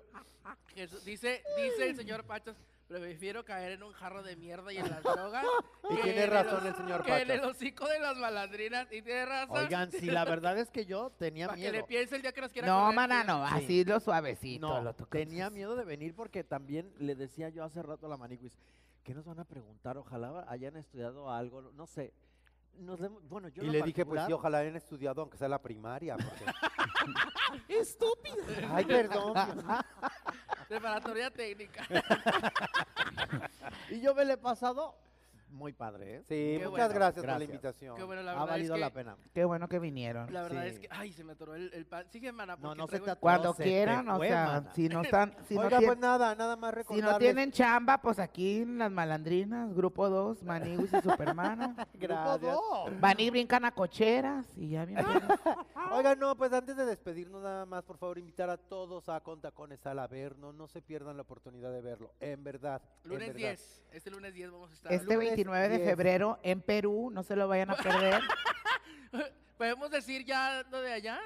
S1: Jesús- dice, dice el señor Pachas, prefiero caer en un jarro de mierda y en las drogas.
S4: <laughs> Y
S1: que
S4: tiene
S1: en
S4: razón
S1: hos-
S4: el señor
S1: Que en
S4: Pachas.
S1: el hocico de las malandrinas. Y tiene razón.
S4: Oigan, si la verdad es que yo tenía
S1: Para que
S4: miedo.
S1: le piense el día que nos quiera
S3: No,
S1: correr,
S3: mana,
S1: tío.
S3: no,
S4: Sí.
S3: así lo suavecito.
S4: No,
S3: lo toco-
S1: pues.
S4: tenía miedo de venir porque también le decía yo hace rato a la Maniquis, ¿qué nos van a preguntar? Ojalá hayan estudiado algo, no sé. Nos le- bueno, yo
S2: Y
S4: en lo
S2: le dije, pues
S4: particular-
S2: sí, ojalá hayan estudiado, aunque sea la
S4: <laughs>
S2: primaria. porque- <laughs>
S5: Estúpida.
S2: Ay, perdón. Fiona.
S1: Preparatoria
S4: <laughs>
S1: técnica.
S4: Y yo me le he pasado muy padre, ¿eh?
S1: Qué
S2: Sí, muchas
S1: bueno,
S2: gracias, por la
S4: gracias.
S2: invitación.
S1: Que bueno, la
S4: Ha
S1: verdad
S4: valido
S1: es que,
S4: la pena.
S3: Qué bueno que vinieron.
S1: La verdad
S4: Sí.
S1: es que, ay, se me atoró el, el pan. Sigue, mana, porque
S4: No, no se
S1: traigo el-
S4: te atoró.
S3: Cuando
S4: No se te
S3: quieran, o
S4: fue,
S3: sea,
S4: mana. <laughs>
S3: si no están, si no
S2: Oiga,
S3: tienen-
S2: pues nada, nada más
S3: Si no
S2: recordarles.
S3: tienen chamba, pues aquí en las malandrinas, grupo 2, Maniwis y Supermana.
S2: Gracias.
S3: Van y brincan a cocheras y ya bien.
S2: Oiga, no, pues antes de despedirnos nada más, por favor, invitar a todos a Contacones al Averno. No se pierdan la oportunidad de verlo. En verdad. en
S1: Lunes
S2: verdad.
S1: 10. Este lunes 10 vamos a estar.
S3: Este 29 de
S2: 10.
S3: febrero en Perú, no se lo vayan a perder.
S1: ¿Podemos decir ya lo de allá?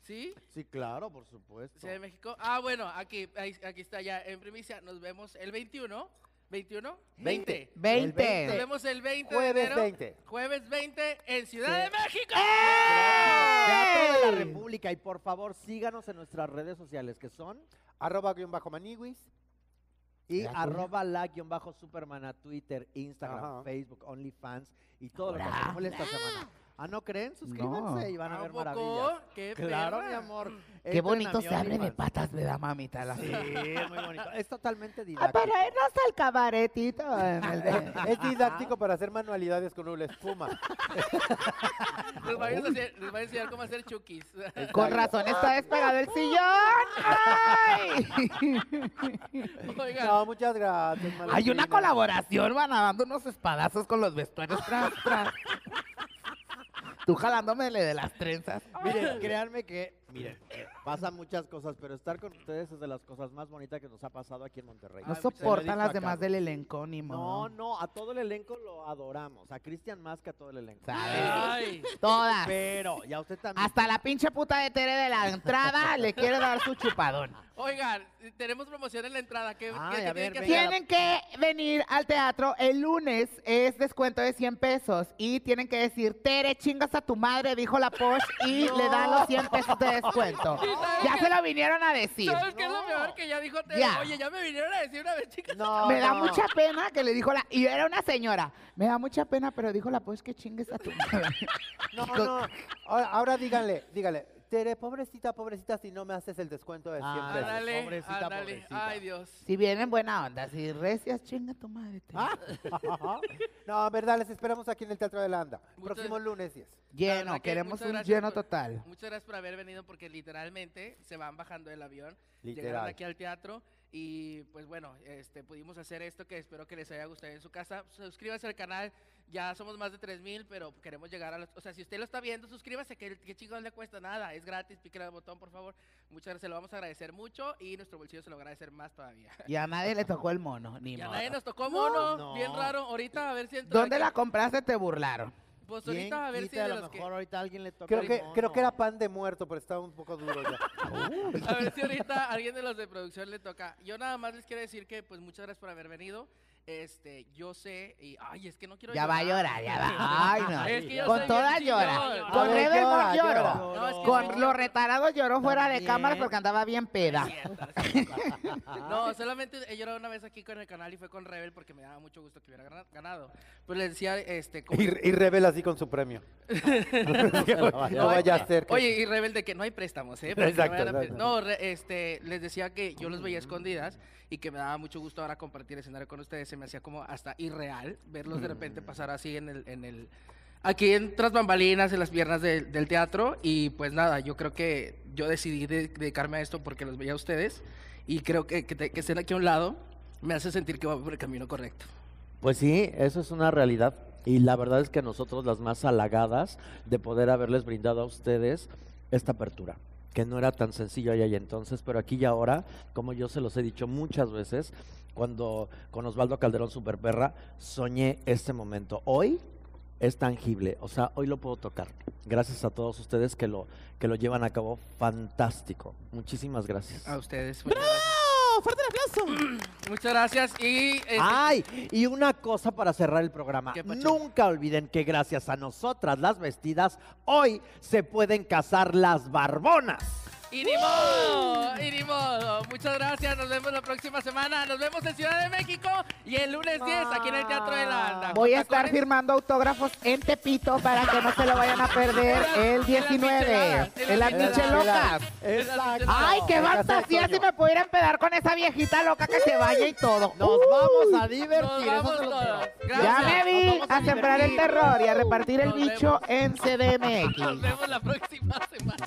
S1: ¿Sí?
S4: Sí, claro, por supuesto.
S1: Ciudad de México. Ah, bueno, aquí, ahí- aquí está ya en primicia. Nos vemos el 21. ¿21? 20.
S4: Este,
S3: 20.
S1: Nos vemos el 20 de
S2: Jueves
S1: enero.
S2: 20.
S1: Jueves 20 en Ciudad de México.
S4: Ah, Teatro de la
S3: ¡Ey!
S4: República y por favor síganos en nuestras redes sociales que son
S2: Arroba guión bajo maniwis.
S4: y
S3: ¿La tuya?
S4: arroba la guión bajo supermana, Twitter, Instagram,
S2: Ajá.
S4: Facebook, OnlyFans y todo lo que se fue esta semana. ¿Ah, no creen? Suscríbanse
S3: No.
S4: y van a
S1: ¿A
S4: ver
S1: poco?
S4: maravillas.
S1: ¡Qué
S4: claro,
S1: perra!
S4: mi amor. Este Entren
S3: Qué
S4: a
S3: bonito
S4: mi
S3: se abre de
S4: OnlyFans.
S3: patas, ¿verdad, mamita? La
S4: Sí, es muy bonito. Es totalmente
S3: Ah,
S4: didáctico.
S3: para irnos al cabaretito. en el de-
S2: Es didáctico para hacer manualidades con una espuma.
S1: <laughs> Nos va, a enseñar, nos va a enseñar cómo hacer chukis. <laughs>
S3: Con razón está despegado el sillón. ¡Ay!
S1: Oigan,
S2: No, muchas gracias.
S3: Hay una
S2: Malandrina.
S3: colaboración, van dando unos espadazos con los vestuarios. Tras, tras. Tú jalándomele de las trenzas.
S4: Miren, créanme que, miren, eh, pasan muchas cosas, pero estar con ustedes es de las cosas más bonitas que nos ha pasado aquí en Monterrey.
S3: No
S1: Ay,
S4: se pues, lo he
S3: soportan las
S4: dicho a
S3: demás
S4: Carlos.
S3: del elenco, ni
S4: No,
S3: modo.
S4: no, a todo el elenco lo adoramos. A Cristian más que a todo el elenco.
S3: ¿Sabes?
S1: ay,
S3: Todas.
S4: Pero, y a usted también.
S3: Hasta la pinche puta de Tere de la entrada le quiere dar su
S4: <laughs>
S3: chupadón.
S1: oigan, tenemos promoción en la entrada. ¿Qué,
S4: Ay,
S1: qué- qué
S4: a
S1: tienen
S4: ver,
S1: que
S4: venga.
S1: hacer?
S3: Tienen que venir al teatro el lunes, es descuento de 100 pesos y tienen que decir, Tere, chingas a tu madre, dijo la Posh
S4: <laughs>
S3: y le dan los 100 pesos de descuento.
S1: Sí, ¿sabes
S3: Ya
S1: qué?
S3: se lo vinieron a decir.
S1: ¿Sabes qué es lo
S4: No.
S1: peor que ya dijo Tere?
S3: Ya.
S1: Oye, ya me vinieron a decir una vez, chicas.
S4: No,
S3: Me da
S4: no.
S3: mucha pena que le dijo la... Y era una señora. Me da mucha
S1: Ah,
S3: pena, pero dijo la Posh que chingues a tu madre. <laughs>
S2: No, no. Ahora, ahora díganle, díganle. Tere, pobrecita, pobrecita, si no me haces el descuento de 100
S4: Ah,
S2: pesos.
S1: Ándale,
S4: pobrecita,
S1: ándale.
S4: pobrecita.
S1: Ay, Dios.
S3: Si vienen buena onda, si recias, chinga tu madre.
S4: Ah,
S3: te-
S2: no, en verdad, les esperamos aquí en el Teatro de la Anda.
S1: Muchas-
S2: Próximo lunes 10.
S1: La
S3: Lleno,
S1: verdad que
S3: queremos
S1: Ah, muchas
S3: un
S1: gracias
S3: lleno
S1: por-
S3: total.
S1: Muchas gracias por haber venido porque literalmente se van bajando del avión,
S2: Literal.
S1: llegaron aquí al teatro y pues bueno, este pudimos hacer esto que espero que les haya gustado en su casa. Suscríbase al canal, ya somos más de 3000, pero queremos llegar a los, o sea, si usted lo está viendo, suscríbase que que chingón le cuesta nada, es gratis, píquele al botón, por favor. Muchas gracias, se lo vamos a agradecer mucho y nuestro bolsillo se lo va a agradecer más todavía.
S3: Y a nadie le tocó el mono, ni
S1: Y a
S3: modo.
S1: nadie nos tocó mono,
S4: No.
S1: bien raro. Ahorita a ver si entra
S3: ¿Dónde
S1: aquí.
S3: la compraste? Te burlaron.
S1: Pues
S4: ¿Quién
S1: ahorita a ver si
S4: quita?
S1: de
S4: a lo
S1: los que-
S4: mejor ahorita alguien le toca
S2: Creo
S4: el
S2: que,
S4: mono.
S2: creo que era pan de muerto, pero estaba un poco duro ya.
S1: A ver si ahorita a alguien de los de producción le toca. Yo nada más les quiero decir que, pues, muchas gracias por haber venido. Este, yo sé, y, ay, es que no quiero
S3: Ya va a llorar, ya va. Ay, no.
S1: Es que yo soy
S3: Con
S1: bien
S3: toda llora.
S1: chillón.
S3: Con
S2: A ver,
S3: Revermore
S2: llora,
S3: lloro.
S2: llora.
S1: No, es que soy
S3: Con
S1: yo.
S3: lo retarado lloró fuera de cámara porque andaba bien peda.
S1: No, solamente he llorado una vez aquí con el canal y fue con Rebel porque me daba mucho gusto que hubiera gana- ganado. Pues le decía, este, como-
S2: Y, y revela así con su premio.
S1: <laughs>
S2: no vaya a ser. que-
S1: eh, Oye, y Rebel de que no hay préstamos,
S2: <laughs>
S1: ¿eh? Para que no
S2: Exacto,
S1: vayan a pe-
S2: exacto.
S1: No, re- este, les decía que yo los veía escondidas y que me daba mucho gusto ahora compartir escenario con ustedes. Se me hacía como hasta irreal verlos de
S2: Mm.
S1: repente pasar así en el... En el Aquí en Tras Bambalinas, en las piernas del- del teatro, y pues nada, yo creo que yo decidí de- dedicarme a esto porque los veía a ustedes, y creo que, que, te- que estén aquí a un lado me hace sentir que voy por el camino correcto.
S7: Pues sí, eso es una realidad. Y la verdad es que nosotros las más halagadas de poder haberles brindado a ustedes esta apertura, que no era tan sencillo allá y entonces, pero aquí y ahora, como yo se los he dicho muchas veces, cuando con Osvaldo Calderón Superperra soñé este momento. Hoy es tangible, o sea, hoy lo puedo tocar. Gracias a todos ustedes que lo, que lo llevan a cabo fantástico. Muchísimas gracias.
S1: A ustedes. Muchas gracias.
S5: ¡Oh! ¡Fuerte el aplauso!
S1: Muchas gracias, y... este,
S2: Ah,
S4: Ay, y una cosa para cerrar el programa.
S1: ¿Qué pacho?
S4: Nunca olviden que gracias a nosotras las vestidas, hoy se pueden casar las barbonas.
S1: Y ni modo, y ni modo. Muchas gracias, nos vemos la próxima semana. Nos vemos en Ciudad de México y el lunes 10 aquí en el Teatro de la Anda.
S3: Voy a
S1: J.
S3: estar
S1: Juárez,
S3: firmando autógrafos en Tepito para que no se lo vayan a perder el 19. En las Michelocas.
S1: en las
S4: Exacto.
S1: Michelotas.
S3: Ay, qué
S4: Hay que hacer
S3: fantasía
S4: Toño.
S3: si me pudiera empedar con esa viejita loca que se vaya y todo.
S4: Nos vamos a divertir.
S1: Nos
S4: eso se
S1: vamos
S4: los
S1: todos.
S4: prometo.
S3: Ya
S1: Gracias.
S3: me vi
S4: vamos a
S3: a sembrar el
S4: divertir.
S3: terror y a repartir el
S1: Nos
S3: bicho en
S1: Nos
S3: CDMX.
S1: vemos la próxima semana.